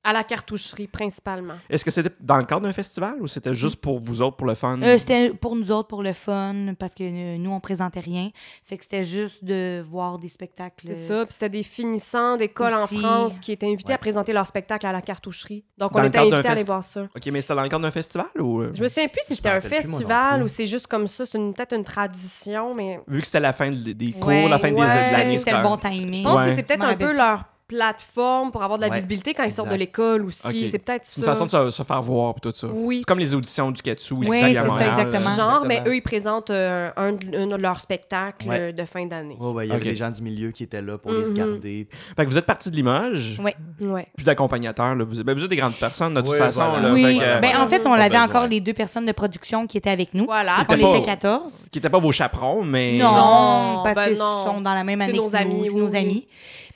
À la cartoucherie, principalement.
Est-ce que c'était dans le cadre d'un festival ou c'était juste pour vous autres, pour le fun?
Mm.
Euh, c'était pour nous autres, pour le fun, parce que euh, nous, on présentait rien. Fait que c'était juste de voir des spectacles. euh,
C'est ça. Puis c'était des finissants d'école en
Aussi.
France qui étaient invités
Ouais.
à présenter leur spectacle à la cartoucherie. Donc,
Dans
on
le
était
cadre d'un
invités à aller
festi-
voir ça.
OK, mais c'était dans le cadre d'un festival ou... euh,
Je me souviens plus si c'était
me
un
rappelle plus, moi, non
festival
plus.
ou c'est juste comme ça. C'est une- peut-être une tradition, mais
Vu que c'était la fin de- des cours,
Ouais,
la fin des-
ouais.
de l'année
C'était le bon
scolaire.
timing.
je pense
Ouais.
que c'est peut-être
Je m'en
un peu
rappelle.
leur plateforme pour avoir de la
Ouais.
visibilité quand ils sortent de
Exact.
l'école aussi.
Ok.
C'est peut-être
C'est
ça.
une façon de se, se faire voir et tout ça.
Oui.
C'est comme les auditions du Katsu ici
Oui,
à
c'est ça,
Montréal.
exactement.
Genre, mais
Exactement.
eux, ils présentent euh, un, de- un de leurs spectacles
Ouais.
euh, de fin d'année.
Ouais, ouais, il y avait
Ok.
des gens du milieu qui étaient là pour les
Mhm.
regarder.
Fait que vous êtes parti de Limoges,
Ouais.
Ouais.
plus d'accompagnateurs. là. Vous, ben, vous êtes des grandes personnes de toute
Oui,
façon.
voilà.
là.
Oui.
Fait que, euh,
Ben, en fait, on
Pas
avait
besoin.
encore les deux personnes de production qui étaient avec nous.
Voilà.
Qui
On
était pas-
était 14.
Qui n'étaient pas vos chaperons, mais...
Non,
Non,
parce
ben
qu'ils
non.
sont dans la même
C'est
année
nos
que nous,
amis,
c'est
oui, oui.
nos amis.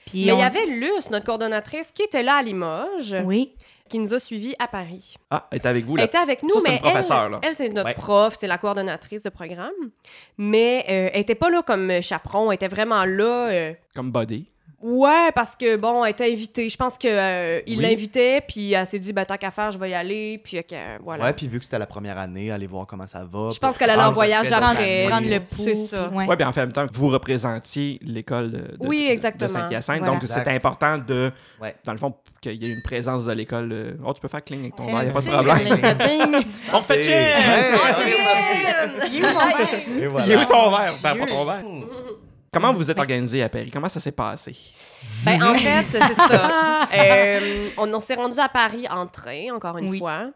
Puis
Mais il
on-
y avait euh, Luce, notre coordonnatrice, qui était là à Limoges,
Oui.
qui nous a suivis à Paris.
Ah, elle était avec vous,
Elle
là.
était avec nous,
Ça, c'est
mais
une professeure,
elle,
là.
elle, c'est notre
Ouais.
prof, c'est la coordonnatrice de programme. Mais euh, elle était pas là comme euh, chaperon, elle était vraiment là. euh,
Comme body.
ouais, parce que bon, elle était invitée. Je pense que euh, il
Oui.
l'invitait, puis elle s'est dit, ben tant qu'à faire, je vais y aller, puis euh, que- voilà.
Ouais, puis vu que c'était la première année, aller voir comment ça va.
je pense qu'elle allait en
prendre
voyage
le fait de
après.
ramener.
prendre le pouls.
C'est ça.
puis- ouais.
Ouais, puis en fait, en même temps, vous représentiez l'école de, de-
Oui,
de-
exactement.
de Saint-Hyacinthe.
Voilà.
Donc,
Exact.
c'est important de,
Ouais.
dans le fond, qu'il y ait une présence de l'école. euh, Oh, tu peux faire cling avec ton
Euh,
verre, il n'y a pas de
tu-
problème. On fait
Et-
check!
Oh,
Ouais,
Ah, Jim!
Et voilà.
Il est où ton verre? Ben, pas ton verre. Comment vous êtes organisé à Paris? Comment ça s'est passé?
Ben, en fait, c'est ça. Euh, on on s'est rendu à Paris en train, encore une
Oui.
fois.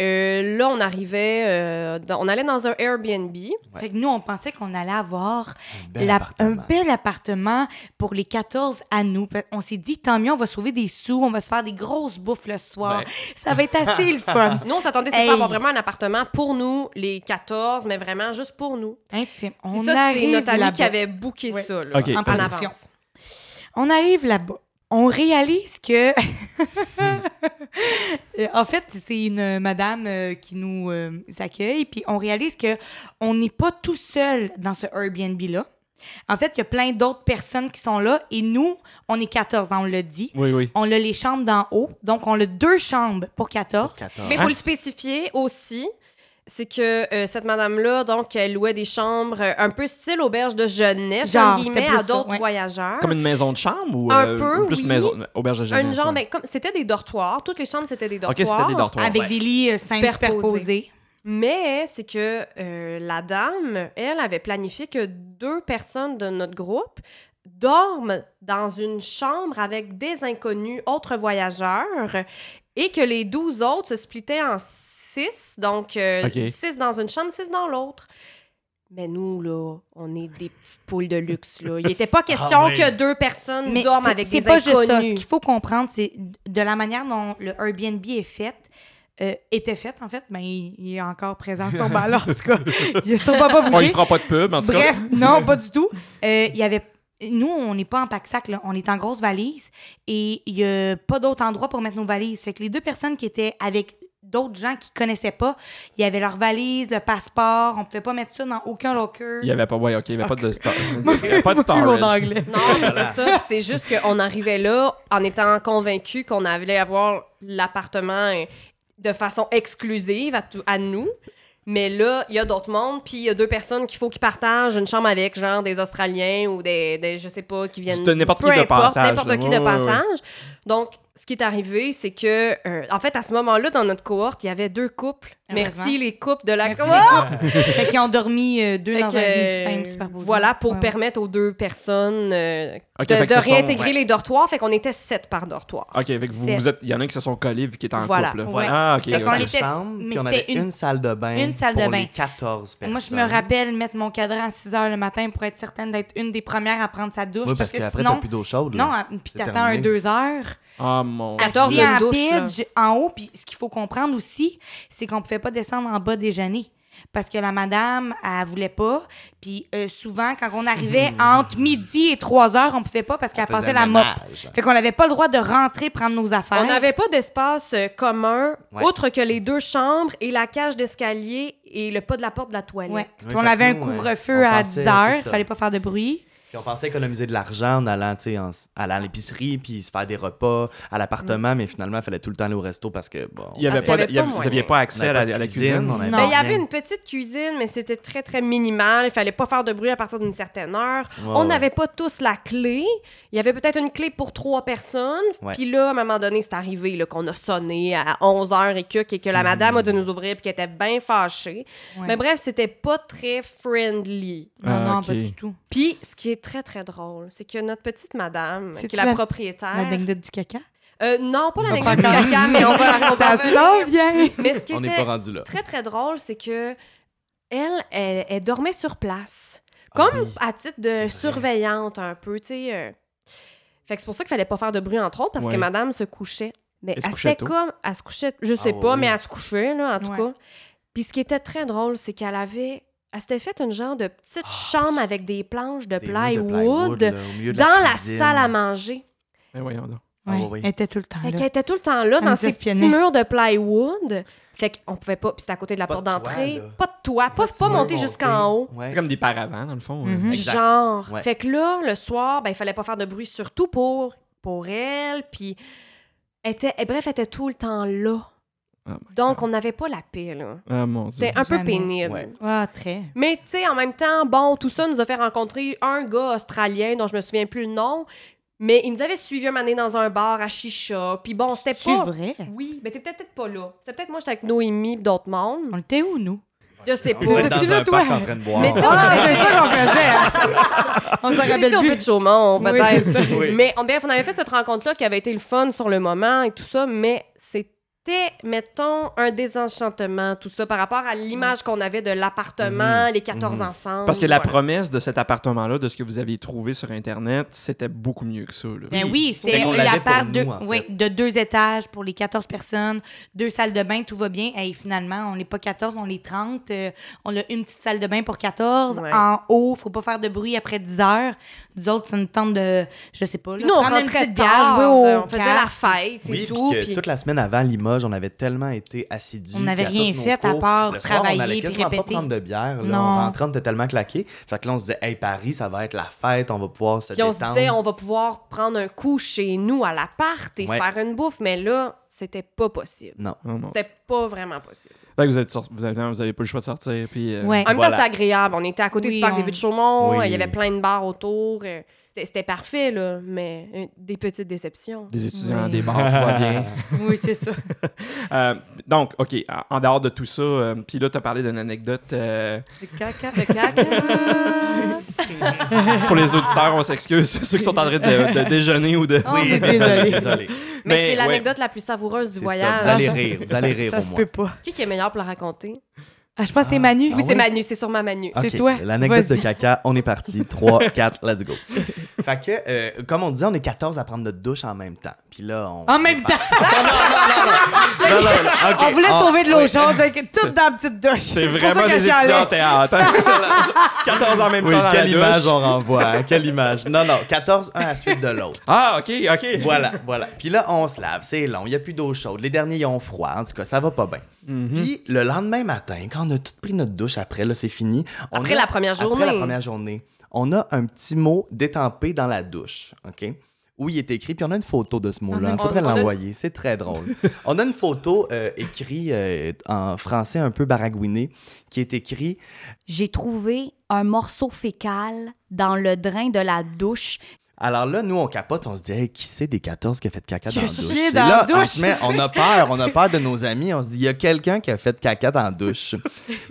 Euh, là, on arrivait, euh, dans- on allait dans un Airbnb.
Ouais.
Fait que nous, on pensait qu'on allait avoir
Un bel
la- un
appartement.
bel appartement pour les 14 à nous. Pe- On s'est dit, tant mieux, on va sauver des sous, on va se faire des grosses bouffes le soir.
Ben.
Ça va être assez le fun.
Nous, on s'attendait c'est ça,
Hey.
à avoir vraiment un appartement pour nous, les 14, mais vraiment juste pour nous.
Intime.
Puis
On
ça, c'est
arrive
notre ami
là-bas.
qui avait booké
Ouais.
ça, là,
Ok.
en
En production.
avance.
On arrive là-bas. On réalise que. Euh, en fait, c'est une madame euh, qui nous euh, accueille, puis on réalise que on n'est pas tout seul dans ce Airbnb-là. En fait, il y a plein d'autres personnes qui sont là, et nous, on est 14, hein, on le dit.
Oui, oui.
On a les chambres d'en haut, donc on a deux chambres pour 14.
14.
Mais il faut le spécifier aussi, c'est que euh, cette madame-là, donc, elle louait des chambres euh, un peu style auberge de jeunesse,
Genre,
entre guillemets,
c'était plus
à
ça,
d'autres
ouais.
voyageurs.
Comme une maison de chambre ou,
Un
euh,
peu,
ou plus
oui.
une maison, auberge de jeunesse?
Une genre,
ouais.
ben, comme c'était des dortoirs, toutes les chambres c'était des
Ok,
dortoirs.
c'était des dortoirs.
Avec
ouais.
des lits euh, simples
Superposés.
superposés.
Mais c'est que euh, la dame, elle avait planifié que deux personnes de notre groupe dorment dans une chambre avec des inconnus, autres voyageurs, et que les 12 autres se splittaient en six, donc euh,
Ok.
six dans une chambre, six dans l'autre. Mais nous, là, on est des petites poules de luxe, là. Il n'était pas question
Ah oui.
que deux personnes
Mais
dorment
c'est-
avec
c'est
des
pas
inconnus.
juste ça. Ce qu'il faut comprendre, c'est de la manière dont le Airbnb est fait, euh, était fait, en fait, ben, il, il est encore présent sur ballon, en tout cas. Il est sûrement pas
Bon, il
bougé.
fera pas de pub, en tout cas.
Bref, non, pas du tout. Euh, il y avait... Nous, on n'est pas en pack-sac, là. on est en grosse valise et il n'y a pas d'autre endroit pour mettre nos valises. Fait que les deux personnes qui étaient avec d'autres gens qui connaissaient pas, il y avait leur valise, le passeport, on pouvait pas mettre ça dans aucun locker.
Il y avait pas, ouais, ok, il y avait pas de star. il y avait pas de
Mon
storage.
anglais.
Non, Ah, mais c'est ça. puis C'est juste qu'on arrivait là en étant convaincu qu'on allait avoir l'appartement euh, de façon exclusive à, tout- à nous. Mais là, il y a d'autres mondes, puis il y a deux personnes qu'il faut qu'ils partagent une chambre avec, genre des Australiens ou des, des- je sais pas, qui viennent...
De n'importe qui
Peu
de
importe,
passage, là.
N'importe qui
Ouais,
de
ouais, ouais.
passage. Donc, ce qui est arrivé, c'est que, euh, en fait, à ce moment-là, dans notre cohorte, il y avait deux couples.
Heureusement.
Merci les couples de la
Merci,
cohorte.
Fait qu'ils ont dormi euh, deux
Fait
dans
que,
un
euh,
lit simple superposé.
Voilà, pour
Ouais, ouais.
permettre aux deux personnes euh,
Ok,
de,
fait que
de
ce sont-
réintégrer
ouais.
les dortoirs. Fait qu'on était sept par dortoir.
Ok, fait que vous,
C'est-
vous êtes, il y en a qui se sont collés vu qu'ils étaient en
Voilà.
couple. là.
Ouais.
Ah, ok.
Fait
ok.
qu'on
qu'on
était- mais
puis on
c'était
avait une,
une-
salle de bain.
une salle de
pour
bain.
les 14 personnes.
Moi, je me rappelle mettre mon cadran à 6 heures le matin pour être certaine d'être une des premières à prendre sa douche.
Oui, parce qu'après, t'as
sinon,
plus d'eau chaude. là.
Non, à- puis
C'est
t'attends un
terminé.
2 heures.
Ah, mon.
14
Assis
Dieu.
heures.
en
douche,
pitch, en haut, puis ce qu'il faut comprendre aussi, c'est qu'on pouvait pas descendre en bas déjeuner. Parce que la madame, elle voulait pas. Puis euh, souvent, quand on arrivait entre midi et 3 heures, on pouvait pas parce qu'elle
faisait
passait
le
la mop.
ménage.
Fait qu'on n'avait pas le droit de rentrer prendre nos affaires.
On n'avait pas d'espace euh, commun,
Ouais.
autre que les deux chambres et la cage d'escalier et le pas de la porte de la toilette.
Ouais. Puis
Oui,
on
fait
avait un
que nous, ouais,
couvre-feu
on
à 10
pensait,
heures,
c'est ça.
fallait pas faire de bruit.
Puis on pensait économiser de l'argent en allant, tu sais, en s- allant à l'épicerie, puis se faire des repas à l'appartement, mais finalement, il fallait tout le temps aller au resto parce que, bon...
Il y avait
Parce
pas,
qu'il y
de-
avait
il y avait-
pas
vous
moyen.
aviez pas accès à la, à la cuisine.
on avait
Ben,
Non.
pas
il y
rien.
avait une petite cuisine, mais c'était très, très minimal. Il fallait pas faire de bruit à partir d'une certaine heure.
Ouais,
on
ouais.
n'avait pas tous la clé. Il y avait peut-être une clé pour trois personnes.
Ouais.
Puis là, à un moment donné, c'est arrivé là, qu'on a sonné à 11h et que, et que la
Mm.
madame a dû nous ouvrir et qu'elle était bien fâchée.
Ouais.
Mais bref, c'était pas très friendly.
Non,
Ah,
non,
ok.
pas du tout.
Puis, ce qui est très, très drôle, c'est que notre petite madame,
C'est-tu
qui est la,
la-
propriétaire...
L'anecdote du caca.
Euh, non, pas la
Pas
du
encore.
caca, mais on va la
Ça sent bien!
Mais ce qui
On n'est
était
pas rendu là.
très, très drôle, c'est que elle, elle, elle dormait sur place.
Ah
Comme
oui.
à titre
c'est
de
vrai.
surveillante, un peu, tu sais. euh. Fait que c'est pour ça qu'il fallait pas faire de bruit, entre autres, parce
Ouais.
que madame se couchait. Mais
Elle
elle,
se
se
couchait tôt.
comme... Elle se couchait, je sais
Ah
pas,
oui.
mais elle se couchait, là, en tout
Ouais.
cas. Puis ce qui était très drôle, c'est qu'elle avait... Elle s'était faite une genre de petite chambre avec des planches de
Ah Des murs de
plywood,
là, au milieu de
dans la,
cuisine.
salle à manger.
Mais voyons donc.
Ah,
Ouais,
oui, oui.
Elle était tout le temps
Fait qu'elle
Ah, là.
était tout le temps là,
Elle
dans
nous
ces
espionnait.
petits murs de plywood. Fait qu'on pouvait pas... Puis c'était à côté de la
Pas
porte
de toit,
d'entrée.
là.
pas de toit, pas, pas monter jusqu'en haut.
C'est
Ouais.
comme des paravents, dans le fond.
Mhm.
euh.
Exact.
Genre.
Ouais.
Fait que là, le soir, ben, il fallait pas faire de bruit, surtout pour, pour elle. Puis, elle était, et bref, elle était tout le temps là.
Ah, ben,
Oh my
Donc, on n'avait pas la paix, là.
Ah, mon Dieu.
C'était un peu
Jamais.
pénible.
Ouais.
Ah, très.
Mais, tu sais, en même temps, bon, tout ça nous a fait rencontrer un gars australien dont je me souviens plus le nom, mais il nous avait suivi un année dans un bar à Chicha. Puis bon, c'était
C'est
pas.
vrai?
Oui, mais t'es peut-être peut-être pas là. C'est peut-être moi, j'étais avec Noémie et d'autres mondes.
On était où, nous?
Je sais
On doit
pas.
être
Tu
dans
l'as,
un parc
toi?
en train de boire.
Mais tu-
Ah, c'est ça qu'on faisait. hein. On s'en
Tu sais,
rappelle
on peut
plus.
de Chaumont,
Oui,
peut-être.
c'est ça.
Oui.
Mais on, bref, on avait fait cette rencontre-là qui avait été le fun sur le moment et tout ça, mais c'était, mettons, un désenchantement, tout ça, par rapport à l'image qu'on avait de l'appartement, les 14
Mhm.
ensemble.
Parce que la
voilà.
promesse de cet appartement-là, de ce que vous aviez trouvé sur Internet, c'était beaucoup mieux que ça. là.
Ben
Oui,
oui,
c'était
c'était
qu'on
une
l'avait pour
appart
nous,
de,
en fait.
oui, de deux étages pour les 14 personnes, deux salles de bain, tout va bien. Et finalement, on n'est pas 14, on est 30. euh, on a une petite salle de bain pour 14.
Ouais.
En haut, faut pas faire de bruit après 10 heures. Nous autres, ça nous tente de, je sais pas, là,
Puis nous, on
prendre une
rentrait
petite bière,
tard,
jouer au
euh, on faisait la
cartes.
fête et
Oui, puis
tout.
que
puis-
toute la semaine avant Limoges, on avait tellement été assidus.
On n'avait
puis à
rien
tous nos
fait à
cours,
part
le soir, on
travailler
allait
puis
quasiment
répéter.
pas prendre de bière. Là.
Non.
On rentrait, on était tellement claqués. Fait que là, on se disait, hey, Paris, ça va être la fête, on va pouvoir se
Puis on se
détendre.
disait, on va pouvoir prendre un coup chez nous à l'appart et
Ouais.
se faire une bouffe, mais là, c'était pas possible.
Non.
Oh non.
C'était pas vraiment possible.
Fait que vous êtes sorti- vous avez, vous avez pas le choix de sortir. Puis, euh,
Ouais.
En même
Voilà.
temps, c'est agréable. On était à côté
Oui,
du parc des
on-
Buttes de Chaumont,
Oui.
il y avait plein de bars autour. euh, C'était c'était parfait, là, mais euh, des petites déceptions.
Des étudiants,
Ouais.
des bars, tout va bien.
Oui, c'est ça.
Euh, donc, OK, en- en dehors de tout ça, euh, puis là, tu as parlé d'une anecdote. euh,
Le caca, le caca.
pour les auditeurs, on s'excuse, ceux qui sont en train de, de déjeuner ou de...
Oh, on est désolé.
désolé.
Mais,
Mais,
c'est l'anecdote
ouais.
la plus savoureuse du
C'est
voyage.
ça, vous allez rire, vous allez rire
ça
au
se
moins.
peut pas.
Qui qui est meilleur pour la raconter?
Ah, je pense que c'est Manu.
Ah
oui,
ouais?
c'est Manu, c'est sûrement Manu.
C'est
Ok,
toi.
L'anecdote de
Vas-y.
caca, on est parti. 3, 4, let's go. Fait que, euh, comme on dit, on est 14 à prendre notre douche en même temps. Puis là, on.
En même temps,
Non, non, non, ok.
on voulait
Ah,
sauver de l'eau
oui.
chaude, hein. fait que tout dans la petite douche.
C'est
pour ça
vraiment
que
des
j'y allais.
étudiants en théâtre. hein. 14 en même
Oui,
temps dans la
quelle
douche.
image on renvoie, hein, quelle image. Non, non, 14, un à la suite de l'autre.
Ah, OK, OK.
Voilà, voilà. Puis là, on se lave, c'est long, il n'y a plus d'eau chaude. Les derniers, ils ont froid, en tout cas, ça va pas bien. Puis le lendemain matin, quand on a tout pris notre douche après, là, c'est fini. on
Après
a-
la première journée.
Après la première journée, on a un petit mot détampé dans la douche, OK? Où il est écrit, puis on a une photo de ce mot-là.
même
Il faudrait
temps.
l'envoyer, c'est très drôle. on a une photo euh, écrite euh, en français un peu baragouiné qui est écrit
J'ai trouvé un morceau fécal dans le drain de la douche.
Alors là, nous, on capote, on se dit, hey, qui c'est des 14 qui a fait caca
Qui
dans
a
la douche?
chié
C'est
dans
là,
la douche?
on se met, on a peur, on a peur de nos amis, on se dit, il y a quelqu'un qui a fait caca dans la douche.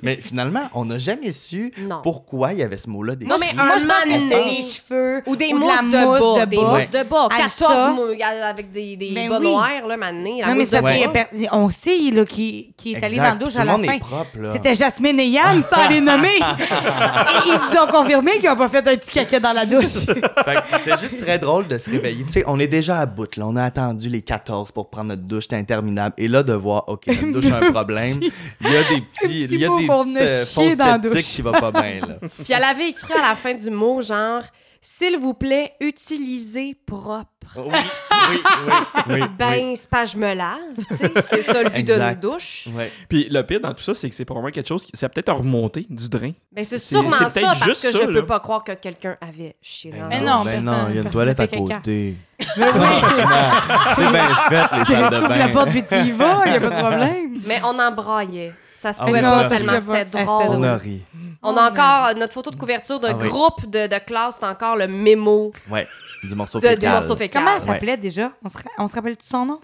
Mais finalement, on n'a jamais su
Non.
pourquoi il y avait ce mot-là des
Non, mais un
je pense que
man
c'était
des
des cheveux
Ou des
de
mousses
la
de,
mousse
bas,
de
Des
bas.
mousses de bas.
Elle
14
ça.
mou- avec des, des
Ben
bas
oui.
noirs, là, maintenant. La
Non, mais
mousse
c'est parce
de
qu'il y a
bas.
per- on sait là, qui, qui est allé
Exact,
dans la douche
tout
à
le
la
monde
fin.
est propre, là.
C'était Jasmine et Yann sans les nommer. Et ils nous ont confirmé qu'ils n'ont pas fait un petit caca dans la douche.
Fait que c'était juste très drôle de se réveiller. Tu sais, on est déjà à bout, là. On a attendu les 14 pour prendre notre douche, c'était interminable. Et là, de voir, OK, notre douche a un problème. Il y a des
petit
petits, il y a
mot
des
qu'on venait
petites euh,
chier
fausses
dans la
sceptiques
douche.
qui va pas bien, là.
Puis elle avait écrit à la fin du mot, genre, s'il vous plaît, utilisez propre.
Oui, oui, oui, oui.
Ben, c'est pas je me lave, tu sais, c'est ça le but de nos
Exact.
douches.
oui. Ouais.
Puis le pire dans tout ça, c'est que c'est probablement quelque chose qui... Ça a peut-être remonté du drain.
Ben, c'est
C'est-
sûrement
c'est
ça,
peut-être
parce
juste
que
ça,
je
là.
peux pas croire que quelqu'un avait chier dans
Mais
la
non,
douche.
ben
personne-
non, il y a une
personne
toilette
ne
à
fait caca.
côté. Franchement, c'est bien fait, les
Tu
salles de
ouvres la porte
bain.
puis tu y vas, il n'y a pas de problème.
Mais on en braillait. Ça se
Ah
pouvait
oui,
pas
non, ça se
tellement
pouvait
c'était
pas. Ah, c'était
drôle.
On
drôle.
a ri.
On a encore euh, notre photo de couverture d'un
Ah oui.
groupe de, de classe, c'est encore le mémo
Ouais, du morceau
de,
fécal.
du morceau fécal.
Comment elle
Ouais.
s'appelait déjà? On se, ra- on se rappelle de son nom?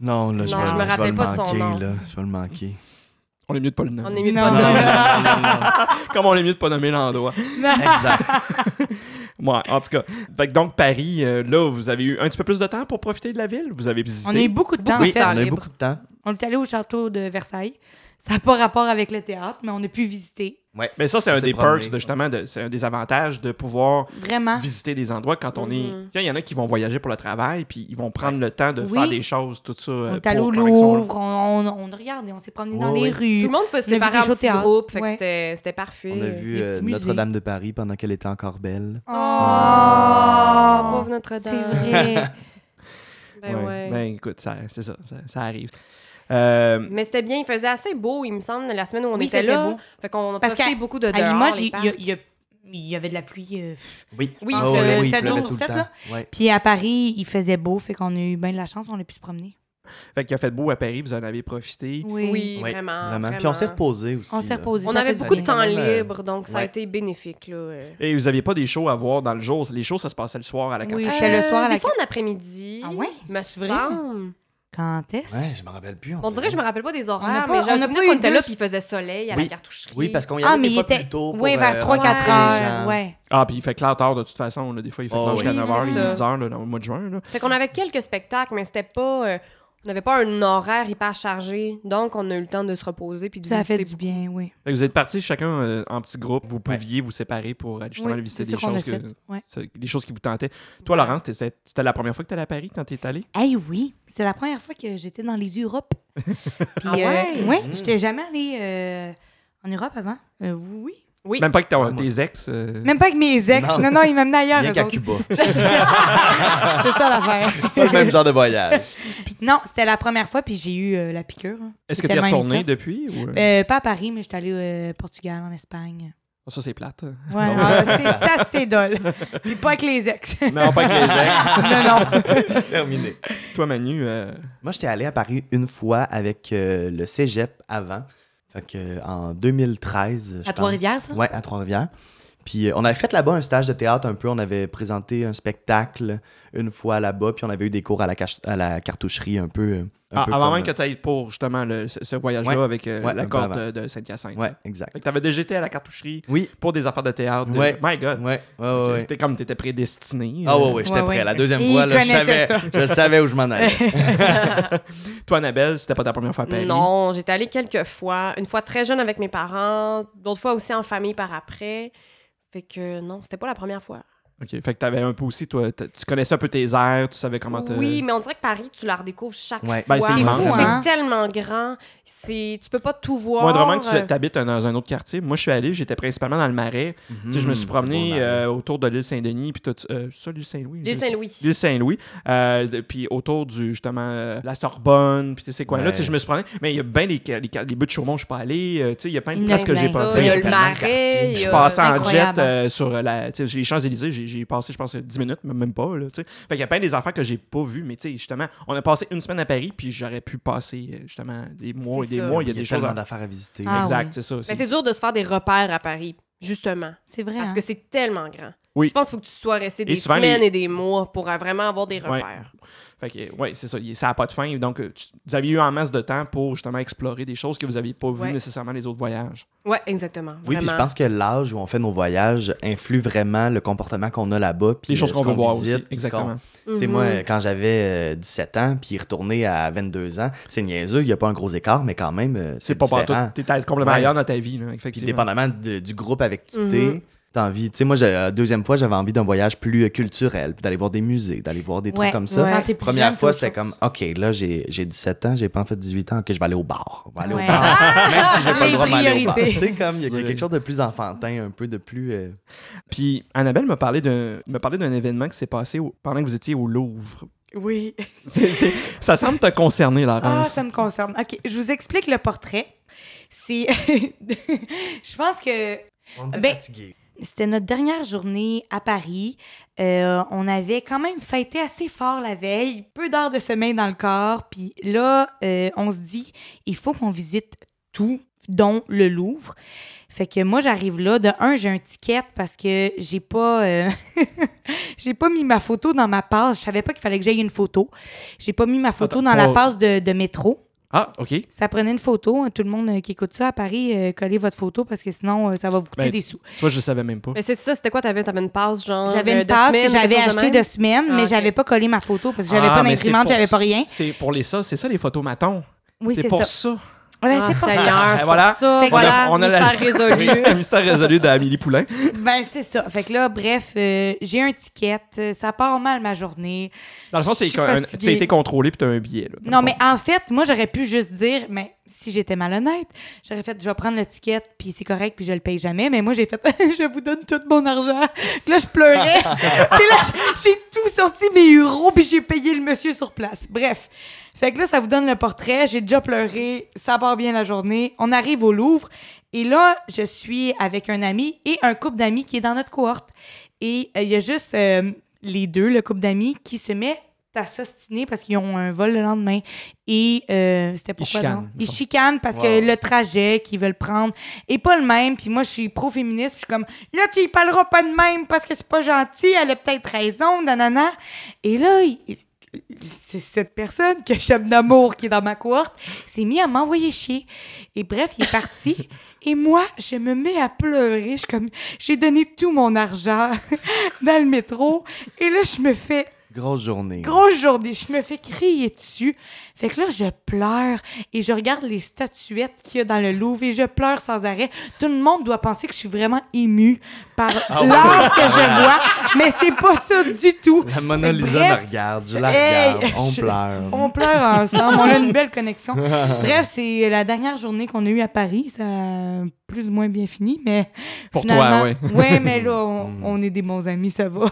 Non, là, je,
Non,
vais,
je me
vais
rappelle
le
pas de son
manquer,
nom.
là. Je vais le manquer.
On est mieux de pas le nommer.
On est mieux de
Non.
pas
Non.
nommer.
Comme on est mieux de pas nommer l'endroit.
Exact.
Ouais, en tout cas. Fait que donc, Paris, euh, là, vous avez eu un petit peu plus de temps pour profiter de la ville. Vous avez visité.
On a eu beaucoup de temps,
oui,
en
on
fait.
a eu
libre.
beaucoup de temps.
On est allé au château de Versailles. Ça n'a pas rapport avec le théâtre, mais on a pu visiter.
Ouais.
Mais ça, c'est un
On s'est
des
promené.
perks, de, justement, de- c'est un des avantages de pouvoir
Vraiment.
visiter des endroits quand on est.
Mhm.
Quand il y en a qui vont voyager pour le travail, puis ils vont prendre le temps de
Mm-hmm. Oui.
faire des choses, tout ça. euh,
On est allé
pour-
au
pendant qu'ils sont là.
Louvre, on, on, on a regardé, on s'est promené dans
Oui,
les
oui.
rues.
Tout le monde peut se
On a vu
séparer
des
en
shows de
petits
théâtre.
groupes, fait que
Ouais.
c'était c'était parfait.
On a vu
des
euh,
petits musées.
Notre-Dame de Paris pendant qu'elle était encore belle.
Oh,
Ah, pauvre
C'est
Notre-Dame.
vrai.
Ben
Ouais.
ouais.
Ben, écoute, ça- c'est ça, ça, ça arrive. Euh,
Mais c'était bien, il faisait assez beau, il me semble, la semaine où on
Oui, il
était
faisait
là.
beau.
Fait qu'on a
Parce
profité
qu'à-
beaucoup de
à
dehors,
Limoges,
les
il
parcs.
y, a- il y a- il y avait de la pluie. euh,
Oui,
Oui,
Ah
il pleuvait
il
sept
pleuvait
jours
tout
sur
le
sept,
temps. Ouais.
Puis à Paris, il faisait beau, fait qu'on a eu bien de la chance, on a pu se promener.
Fait qu'il a fait beau à Paris, vous en avez profité.
Oui.
Oui,
Ouais,
vraiment,
Vraiment. Puis on s'est reposé aussi.
On s'est
là.
reposé.
On
ça
avait
fait du
beaucoup de
bien.
temps
Quand même,
libre, donc ça a
ouais.
été bénéfique. Là. euh.
Et vous n'aviez pas des shows à voir dans le jour. Les shows, ça se passait le soir à la
Oui.
Euh,
campagne.
C'était le soir à la
Des fois en après-midi.
Ah ouais?
Me
C'est vrai?
semble.
Quand est-ce?
Ouais, je me rappelle plus.
On dirait que je me rappelle pas des horaires,
pas-
mais j'ai
on
un
n'a
souvenir
pas
qu'on
eu
était
deux-
là puis il faisait soleil à la
Oui.
cartoucherie.
Oui, parce qu'on y allait
Ah, mais
des
il
fois
était.
plus tôt pour,
oui, vers
euh,
3-4
rencontrer les
heures.
gens.
Ouais.
Ah, puis il fait clair tard de toute façon. là. Des fois, il fait
Oh,
clair
oui.
jusqu'à
Oui,
9h,
c'est ça.
10h là, dans le mois de juin. là.
Fait qu'on avait quelques spectacles, mais c'était pas. euh, on n'avait pas un horaire hyper chargé. Donc, on a eu le temps de se reposer puis de
Ça a
visiter
fait du bien, oui.
Fait que vous êtes partis chacun euh, en petit groupe. Vous pouviez vous séparer pour aller justement
Oui,
visiter
c'est
des
ça qu'on
choses,
a
que,
fait, ouais.
c'est- des choses qui vous tentaient. Toi, Laurence, t'es- c'était c'était la première fois que tu allais à Paris quand tu es allée?
Hey, oui, c'est la première fois que j'étais dans les Europes. Puis,
Ah
euh,
ouais?
Hmm.
ouais, j'étais jamais allée euh, en Europe avant. Euh, oui.
Oui.
Même pas avec
Ah,
ton-
moi.
tes ex. euh,
Même pas avec mes ex.
Non.
Non, non, ils m'amenaient ailleurs.
Rien
eux
qu'à
autres.
Cuba.
C'est ça l'affaire.
Pas le même genre de voyage.
Puis non, c'était la première fois, puis j'ai eu euh, la piqûre. hein.
Est-ce
J'ai
que tu es
tellement aimé
retourné
ça.
depuis? Ou... euh?
Euh, pas à Paris, mais j'étais allée euh, au Portugal, en Espagne.
Oh, ça, c'est plate. hein.
Ouais,
Non.
ah, c'est assez dol. Puis pas avec les ex.
Non, pas avec les ex.
non, non.
Terminé.
Toi, Manu, euh,
Moi, j'étais allé à Paris une fois avec euh, le cégep avant. Fait que, euh, en 2013. je
À
pense.
Trois-Rivières, ça?
Ouais, à Trois-Rivières. Puis euh, on avait fait là-bas un stage de théâtre un peu. On avait présenté un spectacle une fois là-bas. Puis on avait eu des cours à la, cach- à la cartoucherie un peu. euh, un
ah,
peu
avant
comme-
même que tu ailles pour justement le- ce, ce voyage-là
Ouais.
avec euh,
Ouais,
la
un peu
corde
avant.
de, de Saint-Hyacinthe.
Ouais,
là.
exact.
Fait que tu avais déjà été à la cartoucherie
Oui.
pour des affaires de théâtre. de-
Ouais.
My God.
Ouais, ouais, ouais. ouais.
C'était comme tu étais prédestiné.
Ah,
euh.
ouais, ouais, j'étais
Ouais,
prêt.
ouais.
La deuxième
Il
fois, là, je,
connaissait
savais, je savais où je m'en allais.
Toi, Annabelle, c'était pas ta première fois à Paris.
Non, j'étais allée quelques fois. Une fois très jeune avec mes parents, d'autres fois aussi en famille par après. Fait que non, c'était pas la première fois.
OK. Fait que t'avais un peu aussi, toi, t- tu connaissais un peu tes airs, tu savais comment te...
Oui, mais on dirait que Paris, tu la redécouvres chaque
Ouais.
fois.
euh, Ben, c'est
c'est
immense.
hein?
tellement grand. C'est... Tu peux pas tout voir. Euh,
Moindrement que tu habites dans un autre quartier. Moi, je suis allé, j'étais principalement dans le Marais. Tu sais, je me suis
Mhm, c'est
promené
bon, là.
euh, autour de l'île Saint-Denis, puis tout. euh, ça, l'île Saint-Louis.
L'île
je-
Saint-Louis.
L'île Saint-Louis, euh, de- puis autour du, justement, euh, la Sorbonne, puis tu sais, ces coins-là,
Ouais.
tu sais, je me suis promené, mais il y a bien les, ca- les, ca- les buts de Chaumont, je suis pas allé, euh, tu sais, il y a plein de
Il y
places
en
que
a
j'ai
plein,
pas
ça. Il y a
faites.
le
tellement de
marais.
quartiers.
il y
Je
a-
passais en
incroyable.
jet euh, sur euh, la, tu sais, j'ai les Champs-Élysées, j'ai j'ai passé, je pense, euh, 10 minutes, même pas. Là, tu sais. fait qu'il y a plein des affaires que j'ai pas vues, mais tu sais, justement, on a passé une semaine à Paris, puis j'aurais pu passer euh, justement des mois et
C'est
des
ça.
mois.
Il y a,
des choses.
tellement
à-
d'affaires à visiter.
Ah,
exact,
oui.
c'est ça.
Mais
c'est-
c'est dur de se faire des repères à Paris, justement.
C'est vrai.
Parce
hein.
que c'est tellement grand.
Oui.
Je pense qu'il faut que tu sois resté des
souvent,
semaines
les-
et des mois pour euh, vraiment avoir des
Ouais.
repères.
Fait que, ouais, c'est ça. il- Ça n'a pas de fin. Donc, euh, tu- vous aviez eu en masse de temps pour justement explorer des choses que vous n'aviez pas vues
Ouais.
nécessairement les autres voyages.
Ouais, exactement.
Oui, puis je
vraiment.
pense que l'âge où on fait nos voyages influe vraiment le comportement qu'on a là-bas. puis euh,
Les choses
ce
euh, qu'on veut voir
visite,
aussi.
puis ce qu'on-
Exactement.
Tu sais,
Mhm.
moi, quand j'avais euh, 17 ans, puis retourner à 22 ans, c'est niaiseux, il n'y a pas un gros écart, mais quand même, euh,
C'est
c'est
pas
différent.
partout. T'es complètement
Ouais.
ailleurs dans ta vie. Là,
Puis
effectivement.
dépendamment de- du groupe avec qui t'es,
Mhm.
t'as envie... Tu sais, moi, j'ai- la deuxième fois, j'avais envie d'un voyage plus euh, culturel, puis d'aller voir des musées, d'aller voir des trucs
Ouais,
comme ça.
ouais. Quand t'es plus
Première
jeune,
fois,
c'est
c'était comme, OK, là, j'ai j'ai 17 ans, j'ai pas en fait 18 ans, OK, je vais aller au bar. On va aller
Ouais.
au bar, même si j'ai pas
Les
le droit d'aller au bar. Tu
priorités.
sais, comme, il y a- il y, a
Ouais.
quelque chose de plus enfantin, un peu de plus... euh,
Puis Annabelle m'a parlé d'un m'a parlé d'un événement qui s'est passé au- pendant que vous étiez au Louvre.
Oui.
C'est- c'est- ça semble te concerner,
Ah,
Laurence.
ça me concerne. OK, je vous explique le portrait. C'est. je pense que
On
était Ben, C'était notre dernière journée à Paris. Euh, on avait quand même fêté assez fort la veille, peu d'heures de sommeil dans le corps. Puis là, euh, on se dit, il faut qu'on visite tout, dont le Louvre. Fait que moi, j'arrive là. De un, j'ai un ticket parce que j'ai pas, euh, j'ai pas mis ma photo dans ma passe. Je savais pas qu'il fallait que j'aille une photo. J'ai pas mis ma photo
Attends,
dans la
pour-
passe de, de métro.
Ah, OK.
Ça prenait une photo. hein. Tout le monde euh, qui écoute ça à Paris, euh, collez votre photo parce que sinon, euh, ça va vous coûter
Ben,
des sous.
Tu vois, je le savais même pas.
Mais c'est ça, c'était quoi? T'avais, t'avais une passe, genre.
J'avais
euh,
une
de
passe
semaine,
que
quelque
j'avais
chose de
achetée
même?
de semaine,
Ah,
mais
ok.
j'avais pas collé ma photo parce que j'avais
Ah,
pas
mais c'est
d'imprimante,
pour
j'avais pas
ça-
rien.
C'est pour les ça, c'est ça les photos matons.
Oui,
c'est
c'est
pour
ça.
ça.
Ouais,
Ah,
c'est pour ça.
Seigneur,
Et
c'est
voilà.
pour ça.
Fait qu'on a-
voilà,
on a la-
mystère résolu.
Mystère résolu d'Amélie Poulain.
Ben, c'est ça. Fait que là, bref, euh, j'ai un ticket. euh, Ça part mal ma journée.
Dans le fond,
Je
c'est
suis
qu'un-
fatiguée.
t'as été contrôlé puis t'as un billet. là, dans
Non,
le
mais
fond.
en fait, moi, j'aurais pu juste dire, mais si j'étais malhonnête, j'aurais fait, je vais prendre le ticket, puis c'est correct, puis je le paye jamais. Mais moi, j'ai fait, je vous donne tout mon argent. Puis là, je pleurais. puis là, j'- j'ai tout sorti, mes euros, puis j'ai payé le monsieur sur place. Bref. Fait que là, ça vous donne le portrait. J'ai déjà pleuré. Ça part bien la journée. On arrive au Louvre. Et là, je suis avec un ami et un couple d'amis qui est dans notre cohorte. Et euh, il y a juste euh, les deux, le couple d'amis, qui se met à s'ostiner parce qu'ils ont un vol le lendemain. Et euh, c'était pourquoi
chicanent,
donc? Ils
mettons.
chicanent parce
Wow.
que le trajet qu'ils veulent prendre est pas le même. Puis moi, je suis pro-féministe. Puis je suis comme, là, tu y parleras pas de même parce que c'est pas gentil. Elle a peut-être raison, nanana. Et là, il- c'est cette personne que j'aime d'amour qui est dans ma cohorte s'est mis à m'envoyer chier. Et bref, il est parti. Et moi, je me mets à pleurer. Je suis comme, j'ai donné tout mon argent dans le métro. Et là, je me fais
Grosse journée.
grosse journée. Je me fais crier dessus. Fait que là, je pleure et je regarde les statuettes qu'il y a dans le Louvre et je pleure sans arrêt. Tout le monde doit penser que je suis vraiment émue par
Ah
l'art que je vois, mais c'est pas ça du tout.
La Mona Lisa
Bref,
me regarde, je la
Hey,
regarde, on
je-
pleure.
On pleure ensemble, on a une belle connexion. Bref, c'est la dernière journée qu'on a eue à Paris. Ça a plus ou moins bien fini, mais.
Pour
finalement-
toi, Hmm.
Ouais, mais là, on, on est des bons amis, ça va.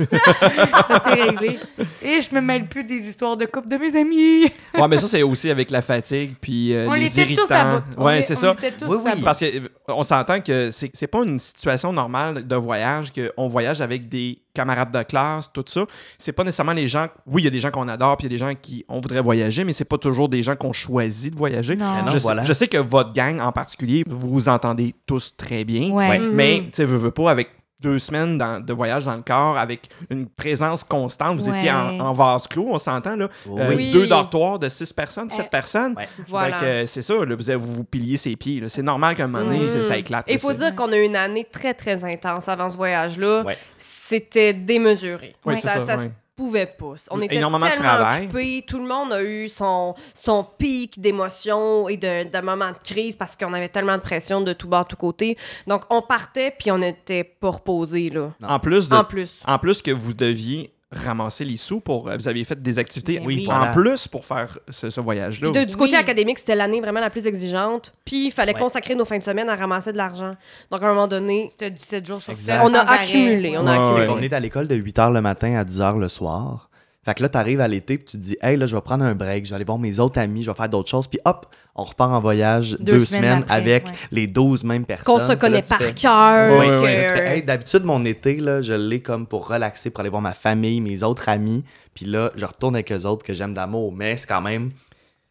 ça s'est réglé. Et je me mêle plus des histoires de couple de mes amis.
Ouais, mais ça, c'est aussi avec la fatigue, puis euh,
on
les
était
irritants.
tous à bout. On
ouais,
est-
c'est
on
ça.
était tous
Oui,
à
oui.
bout.
Parce que euh, on s'entend que c'est c'est pas une situation normale de voyage que on voyage avec des camarades de classe, tout ça. C'est pas nécessairement les gens. Oui, il y a des gens qu'on adore, puis il y a des gens qui on voudrait voyager, mais c'est pas toujours des gens qu'on choisit de voyager.
Non.
Mais non,
je, sais-
voilà.
je sais que votre gang en particulier, vous vous entendez tous très bien,
Ouais.
Mm-hmm.
Ouais.
mais tu sais, veux, veux pas avec deux semaines dans- de voyage dans le corps avec une présence constante. Vous étiez en,
Ouais.
en vase clos, on s'entend là. Euh,
Oui.
Deux dortoirs de six personnes,
Eh.
sept personnes.
Voilà.
Fait que, euh, c'est ça, là, vous, vous vous piliez ses pieds. là. C'est normal qu'à un moment donné,
Mhm.
ça, ça éclate.
Et
là,
il faut
c'est-
dire qu'on a eu une année très, très intense avant ce voyage-là.
Ouais.
C'était démesuré.
Ouais, c'est
ça,
ça,
ça se
ouais.
pouvait pas. On était
Énormément de
tellement
travail.
occupés. Tout le monde a eu son, son pic d'émotions et de, de moments de crise parce qu'on avait tellement de pression de tout bord, tout côté. Donc, on partait, puis on n'était pas reposés, là.
En plus, de-
En plus.
en plus que vous deviez ramasser les sous pour. euh, Vous aviez fait des activités
Ben oui,
en
voilà.
plus pour faire ce, ce voyage-là.
Puis de- du côté
Oui.
académique, c'était l'année vraiment la plus exigeante. Puis il fallait
Ouais.
consacrer nos fins de semaine à ramasser de l'argent. Donc, à un moment donné,
C'était du 7 jours sur
Exact.
7.
On a accumulé, on a
Ouais,
C'est
accumulé.
qu'on est à l'école de 8h le matin à 10h le soir. Fait que là, t'arrives à l'été puis tu te dis, hey, là, je vais prendre un break, je vais aller voir mes autres amis, je vais faire d'autres choses. Puis hop, on repart en voyage deux,
Deux
semaines,
semaines après,
avec
ouais.
les 12 mêmes personnes.
qu'on se
Puis là,
connaît
tu
par
fais-
cœur.
Ouais, ouais,
que-
ouais.
Là, tu fais, hey, d'habitude, mon été, là, je l'ai comme pour relaxer, pour aller voir ma famille, mes autres amis. Puis là, je retourne avec eux autres que j'aime d'amour, mais c'est quand même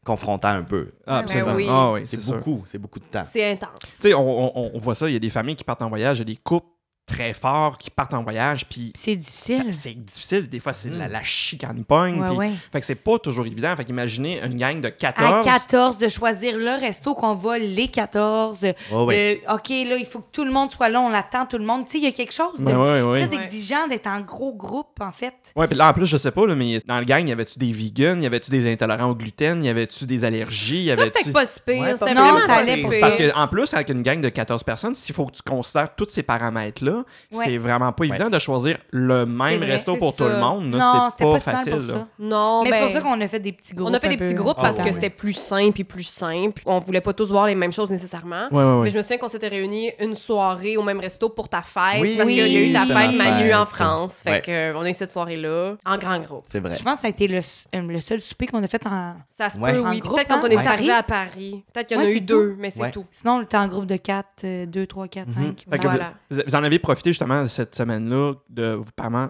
confrontant un peu.
Ah,
Ben
absolument.
oui.
Ah oui,
C'est
sûr.
beaucoup, c'est beaucoup de temps.
C'est intense.
Tu sais, on, on- on voit ça, il y a des familles qui partent en voyage, il y a des couples très forts qui partent en voyage, puis
C'est
ça-
difficile.
c'est difficile. Des fois, c'est la, la chicane pogne.
Ouais,
puis-
ouais.
Fait que c'est pas toujours évident. Fait qu'imaginez une gang de
À
14.
14, de choisir le resto qu'on va, les 14.
Oh,
Ouais, ouais.
de- OK, là, il faut que tout le monde soit là, on l'attend, tout le monde. Tu sais, il y a quelque chose de
Ben ouais, ouais.
très exigeant d'être en gros groupe, en fait.
Ouais, puis là, en plus, je sais pas, là, mais dans le gang, y avait-tu des vegans, y avait-tu des intolérants au gluten, y avait-tu des allergies, y
Ça,
avait-tu.
c'était pas si pire.
Ouais, pas
c'était
pire.
vraiment
Non, ça
pas
allait
si
pour
pire.
Parce qu'en plus, avec une gang de 14 personnes, s'il faut que tu considères tous ces paramètres-là, c'est vraiment pas évident de choisir le même
vrai,
resto
c'est
pour tout
ça.
le monde. là.
non,
C'est
c'était
pas,
pas, si mal
facile.
pour
là.
ça.
Non,
Mais
ben,
c'est pour ça qu'on a fait des petits groupes.
on a fait
un
des
peu
petits groupes
Ah
parce
ouais.
que c'était plus simple et plus simple. On voulait pas tous voir les mêmes choses nécessairement.
Ouais, ouais, ouais.
Mais je me souviens qu'on s'était réunis une soirée au même resto pour ta fête.
Oui,
parce qu'il y a eu ta
c'était
fête,
ma
Manu,
fête.
en France. Fait
Ouais.
que, euh, on a eu cette soirée-là en grand groupe.
C'est vrai.
Je pense que ça a été le, s- euh, le seul souper qu'on a fait en.
Ça se
Ouais.
peut,
En
oui.
groupe,
Peut-être quand on
hein?
est
Ouais.
arrivé à Paris. Peut-être qu'il y en
Ouais,
a eu
c'est
deux, mais c'est
Ouais.
tout.
Sinon, on était en groupe de euh, 4, 2, 3, 4, 5.
Mm-hmm. Fait que
Voilà.
vous, vous en avez profité justement cette semaine-là de vous vraiment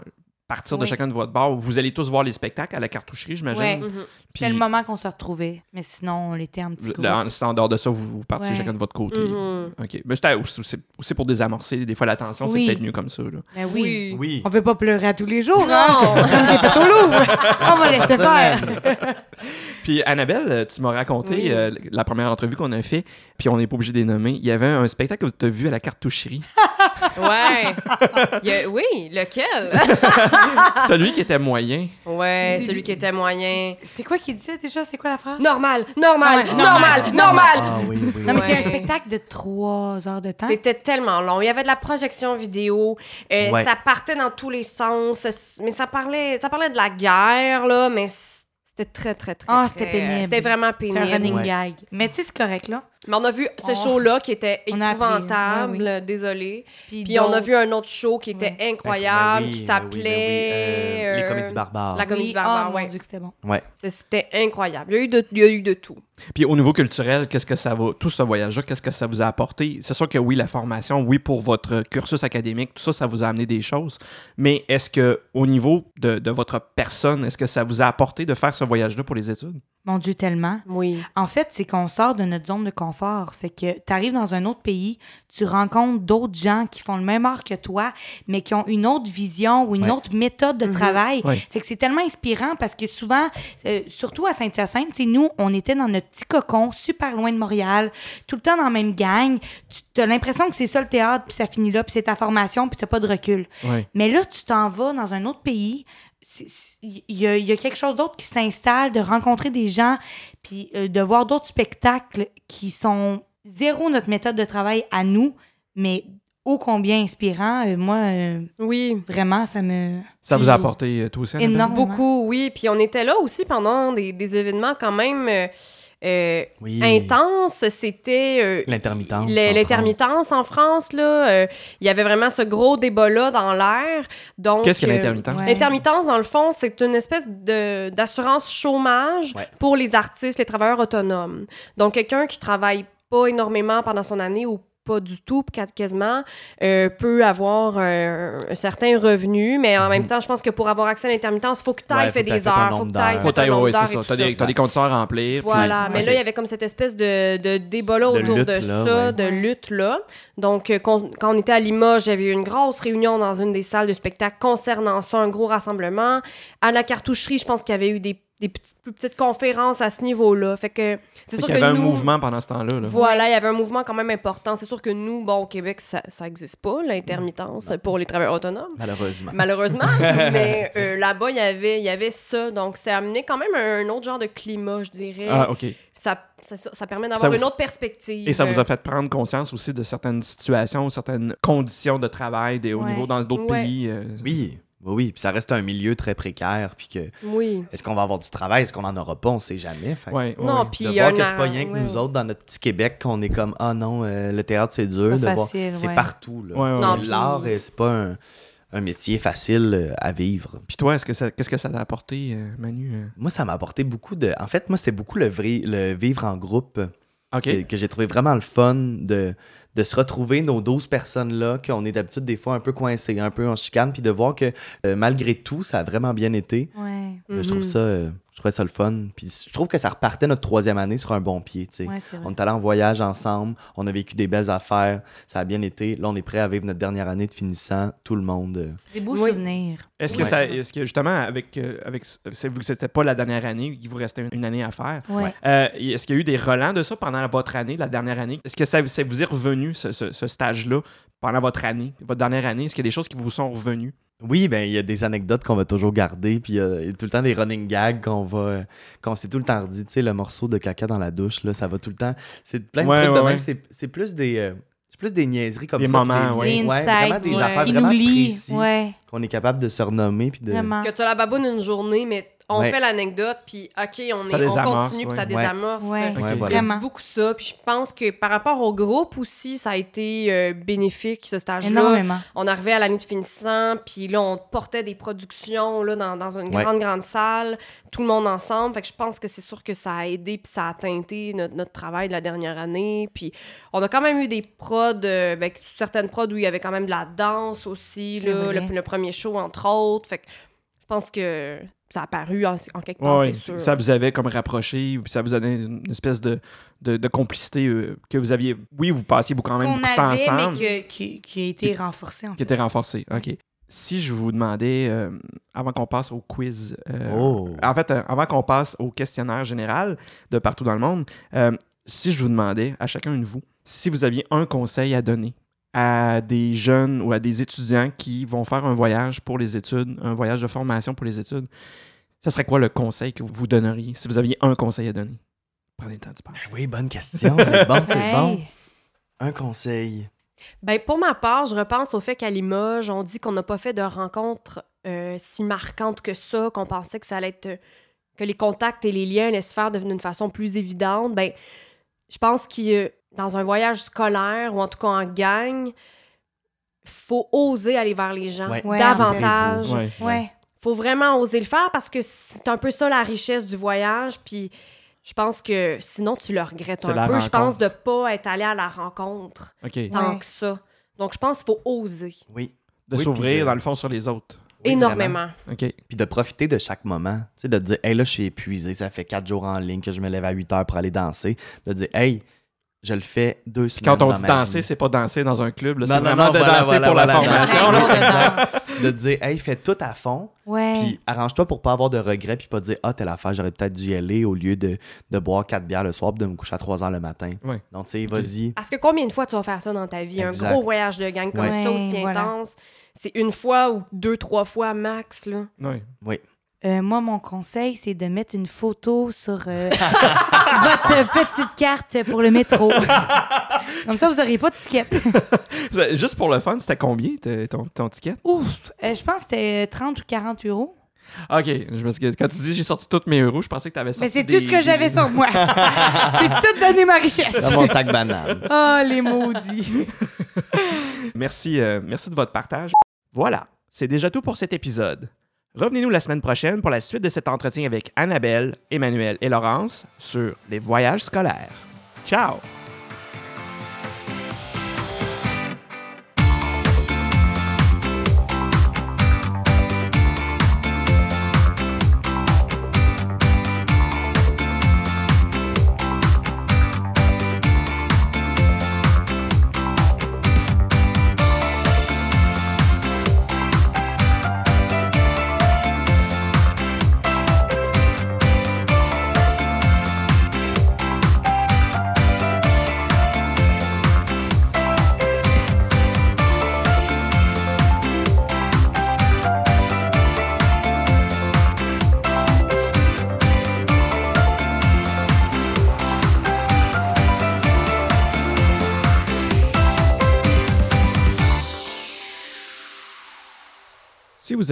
partir de
Oui.
chacun de votre bar. Vous allez tous voir les spectacles à la cartoucherie, j'imagine.
Ouais.
Mhm.
Puis
C'était le moment qu'on se retrouvait. Mais sinon, on était en petit
le-
groupe.
le- c'est en dehors de ça, vous, vous partiez
Ouais.
chacun de votre côté.
Mhm.
OK. Mais c'était aussi, c'est- aussi pour désamorcer. Des fois, la tension, c'est
Oui.
peut-être mieux comme ça. là.
Ben oui.
Oui.
Oui.
On veut pas pleurer à tous les jours, hein?
Non!
Comme j'ai fait au Louvre. on va laisser faire.
Semaine.
Puis Annabelle, euh, tu m'as raconté
Oui.
euh, la première entrevue qu'on a fait, puis on n'est pas obligé de les nommer. Il y avait un spectacle que tu as vu à la cartoucherie.
Ouais! Il y a- Oui, lequel?
Celui qui était moyen.
Ouais, celui qui était moyen.
C'est quoi qu'il disait déjà? C'est quoi la phrase?
Normal, normal,
Ah,
normal,
Ah,
normal.
Ah oui, oui.
Non, mais c'est
Ouais.
un spectacle de 3 heures de temps.
C'était tellement long. Il y avait de la projection vidéo. euh,
Ouais.
Ça partait dans tous les sens. Mais ça parlait, ça parlait de la guerre, là. Mais c- c'était très, très, très.
Ah,
très-
c'était pénible.
C'était vraiment
C'est un
pénible.
running
Ouais.
gag. Mais tu sais, c'est correct, là.
Mais on a vu ce
Oh.
show-là qui était
On a appris,
épouvantable.
ouais,
Désolé. Puis on a
d'autres-
vu un autre show qui était incroyable,
Ben oui,
qui
ben oui, ben oui,
s'appelait.
euh, Les
euh,
comédies barbares.
la comédie
Oui.
barbare,
Ah,
ouais.
mon Dieu, que c'était bon.
Ouais.
c'est- C'était incroyable. Il y a eu de, il y a eu de tout.
Puis au niveau culturel, qu'est-ce que ça va, tout ce voyage-là, qu'est-ce que ça vous a apporté? C'est sûr que oui, la formation, oui, pour votre cursus académique, tout ça, ça vous a amené des choses. Mais est-ce que au niveau de, de votre personne, est-ce que ça vous a apporté de faire ce voyage-là pour les études?
Mon Dieu, tellement.
Oui.
Mm. En fait, c'est qu'on sort de notre zone de confort. Fait que tu arrives dans un autre pays, tu rencontres d'autres gens qui font le même art que toi, mais qui ont une autre vision ou une
Ouais.
autre méthode de travail.
Ouais.
Fait que c'est tellement inspirant parce que souvent, euh, surtout à Saint-Hyacinthe, tu sais, nous, on était dans notre petit cocon, super loin de Montréal, tout le temps dans la même gang. Tu as l'impression que c'est ça le théâtre, puis ça finit là, puis c'est ta formation, puis t'as pas de recul.
Ouais.
Mais là, tu t'en vas dans un autre pays. c'est- c'est- Il y, a- il y a quelque chose d'autre qui s'installe, de rencontrer des gens, puis euh, de voir d'autres spectacles qui sont zéro notre méthode de travail à nous, mais ô combien inspirant. Euh, moi, euh,
Oui.
vraiment, ça me...
Ça vous a apporté, euh, toi aussi, Annabelle?
Énorme.
Beaucoup, oui. Puis on était là aussi pendant des, des événements quand même euh, euh,
Oui.
intenses. C'était euh,
L'intermittence.
l-
en
L'intermittence en France, là, euh, il y avait vraiment ce gros débat-là dans l'air. Donc,
Qu'est-ce que
euh,
l'intermittence?
ouais.
L'intermittence, dans le fond, c'est une espèce de- d'assurance chômage
Ouais.
pour les artistes, les travailleurs autonomes. Donc, quelqu'un qui travaille pas énormément pendant son année ou pas du tout, quas- quasiment, euh, peut avoir euh, un certain revenu, mais en
Mhm.
même temps, je pense que pour avoir accès à l'intermittence, il faut que tu
Ouais,
ailles
faut
faire
que t'ailles
des
fait un
heures,
nombre
faut que tu
d'heures.
ailles
Faut
faire un
t'aller,
nombre
ouais,
d'heures
c'est
et
ça.
tout
T'as
ça.
des, t'as des conditions à remplir. puis-
Voilà, mais
Ok.
là, il y avait comme cette espèce de, de débat-là
De
autour
lutte,
de
là,
ça,
ouais.
de
Ouais.
lutte-là. Donc, euh, qu'on- quand on était à Limoges, j'avais eu une grosse réunion dans une des salles de spectacle concernant ça, un gros rassemblement. À la cartoucherie, je pense qu'il y avait eu des, des petites- plus petites conférences à ce niveau-là. Fait que c'est
Fait
sûr
qu'il
que
y avait
nous...
un mouvement pendant ce temps-là. là.
Voilà, il y avait un mouvement quand même important. C'est sûr que nous, bon, au Québec, ça n'existe pas, l'intermittence pour les travailleurs autonomes
Malheureusement.
malheureusement. mais euh, là-bas, il y avait- il y avait ça. Donc, ça a amené quand même un autre genre de climat, je dirais.
Ah, OK.
ça, ça, ça permet
Ça
d'avoir
vous-
une autre perspective. euh,
Et ça vous a fait prendre conscience aussi de certaines situations, certaines conditions de travail des, au
Ouais.
niveau dans d'autres
Ouais.
pays. euh,
Oui. Oui, oui. Puis ça reste un milieu très précaire. Puis que
Oui.
est-ce qu'on va avoir du travail? Est-ce qu'on n'en aura pas? On sait jamais. Fait que
Ouais, ouais,
Non,
ouais.
puis
de
il y a
voir
un
que c'est
an-
pas rien que nous
ouais.
autres dans notre petit Québec qu'on est comme ah non euh, le théâtre c'est dur
Pas
de voir
facile,
c'est
ouais.
partout là.
Ouais, ouais,
Non,
ouais.
puis-
l'art euh, c'est pas un, un métier facile euh, à vivre
Puis toi, est-ce que ça- qu'est-ce que ça t'a apporté, euh, Manu? euh?
moi ça m'a apporté beaucoup de en fait moi c'est beaucoup le vrai le vivre en groupe euh,
OK.
que, que j'ai trouvé vraiment le fun de de se retrouver nos 12 personnes là qu'on est d'habitude des fois un peu coincés un peu en chicane puis de voir que euh, malgré tout ça a vraiment bien été
Ouais,
je trouve
Mhm.
ça euh, je trouvais ça le fun puis je trouve que ça repartait notre troisième année sur un bon pied tu sais
ouais c'est
On
vrai.
est allé en voyage ensemble, on a vécu des belles affaires, ça a bien été. Là, on est prêt à vivre notre dernière année de finissant, tout le monde. euh,
C'est des beaux
Oui.
souvenirs.
Est-ce que,
Ouais.
ça, est-ce que justement, avec, euh, avec c'est- vu que c'était pas la dernière année, il vous restait une année à faire,
Ouais.
euh, est-ce qu'il y a eu des relents de ça pendant votre année, la dernière année? Est-ce que ça, ça vous est revenu, ce, ce- ce stage-là, pendant votre année, votre dernière année? Est-ce qu'il y a des choses qui vous sont revenues?
Oui, ben il y a des anecdotes qu'on va toujours garder, puis euh, il y a tout le temps des running gags qu'on va, euh, qu'on s'est tout le temps redit. Tu sais, le morceau de caca dans la douche, là, ça va tout le temps. C'est plein de
Ouais,
trucs
ouais,
de même.
ouais.
C'est, c'est plus des, euh, c'est plus des niaiseries comme
Des
ça. puis
moments, ouais.
liens,
Des
ouais,
insights,
vraiment des
ouais.
affaires
Qui
vraiment
nous lie.
précises
Ouais,
qu'on est capable de se renommer puis de.
vraiment.
Que tu as la baboune une journée, mais on
Ouais.
fait l'anecdote, puis OK, on,
Ça
est, on
désamorce,
continue,
ouais.
puis ça désamorce. euh,
Ouais.
Ouais,
Ok.
voilà.
Vraiment.
beaucoup ça. Puis je pense que par rapport au groupe aussi, ça a été euh, bénéfique, ce stage-là.
Énormément.
On arrivait à l'année de finissant, puis là, on portait des productions là, dans, dans une
Ouais.
grande, grande salle, tout le monde ensemble. Fait que je pense que c'est sûr que ça a aidé, puis ça a teinté notre, notre travail de la dernière année. Puis on a quand même eu des prods, euh, ben, certaines prods où il y avait quand même de la danse aussi,
C'est
là,
vrai.
le, le premier show, entre autres. Fait que je pense que ça a paru en, en quelque
Ah,
part,
Ouais,
c'est sûr.
ça vous avait comme rapproché, puis ça vous a donné une espèce de, de, de complicité euh, que vous aviez. Oui, vous passiez beaucoup quand même
qu'on
beaucoup de temps
avait,
ensemble,
mais que- qui, qui a été renforcé en
qui
fait.
était renforcée. OK. Si je vous demandais, euh, avant qu'on passe au quiz, euh,
Oh.
en fait, euh, avant qu'on passe au questionnaire général de partout dans le monde, euh, si je vous demandais à chacun de vous, si vous aviez un conseil à donner à des jeunes ou à des étudiants qui vont faire un voyage pour les études, un voyage de formation pour les études, ça serait quoi le conseil que vous donneriez si vous aviez un conseil à donner? Prenez le temps d'y penser.
Ben Oui, bonne question, c'est bon, c'est
Hey.
bon. Un conseil.
Ben, pour ma part, je repense au fait qu'à Limoges, on dit qu'on n'a pas fait de rencontre euh, si marquante que ça, qu'on pensait que ça allait être. euh, que les contacts et les liens allaient se faire de- d'une façon plus évidente. Ben, je pense que dans un voyage scolaire ou en tout cas en gang, faut oser aller vers les gens
Ouais.
Ouais,
davantage.
Ouvrez-vous.
Ouais.
Ouais.
Faut vraiment oser le faire parce que c'est un peu ça la richesse du voyage. Puis je pense que sinon, tu le regrettes
C'est
un peu,
la
je pense,
rencontre.
de pas être allé à la rencontre
OK.
tant
Ouais.
que ça. Donc, je pense qu'il faut oser.
Oui.
De
Oui, puis
s'ouvrir,
de-
dans le fond, sur les autres.
Oui,
énormément.
OK.
Puis de profiter de chaque moment. Tu sais, de te dire, hey, là, je suis épuisé, ça fait quatre jours en ligne que je me lève à 8 heures pour aller danser. De dire, hey, je le fais deux
Puis
semaines.
quand on
dans
dit
ma
danser,
vie.
c'est pas danser dans un club, là, c'est
Non, non,
vraiment
non,
de
voilà,
danser
voilà,
pour la
voilà,
formation.
danser.
là.
De dire, hey, fais tout à fond,
Ouais.
puis arrange-toi pour pas avoir de regrets, puis pas dire, ah, telle affaire, j'aurais peut-être dû y aller au lieu de, de boire quatre bières le soir, puis de me coucher à 3 heures le matin.
Ouais.
Donc, tu sais, vas-y.
Parce que combien de fois tu vas faire ça dans ta vie?
Exact.
Un gros voyage de gang comme
Ouais.
ça, aussi
Ouais, voilà.
intense. C'est une fois ou deux, trois fois max. Là.
Ouais.
Euh, moi, mon conseil, c'est de mettre une photo sur euh, votre petite carte pour le métro. Comme ça, vous n'aurez pas de ticket.
Ça- Juste pour le fun, c'était combien t- ton, ton ticket?
Ouf, euh, je pense que c'était 30 ou 40 euros.
OK, je me suis dit- quand tu dis j'ai sorti toutes mes euros, je pensais que t'avais sorti
Mais c'est
des-
tout ce que j'avais
des-
sur moi. J'ai tout donné ma richesse.
Dans mon sac banane.
Oh, les maudits.
Merci, euh, merci de votre partage. Voilà, c'est déjà tout pour cet épisode. Revenez-nous la semaine prochaine pour la suite de cet entretien avec Annabelle, Emmanuel et Laurence sur les voyages scolaires. Ciao! Si vous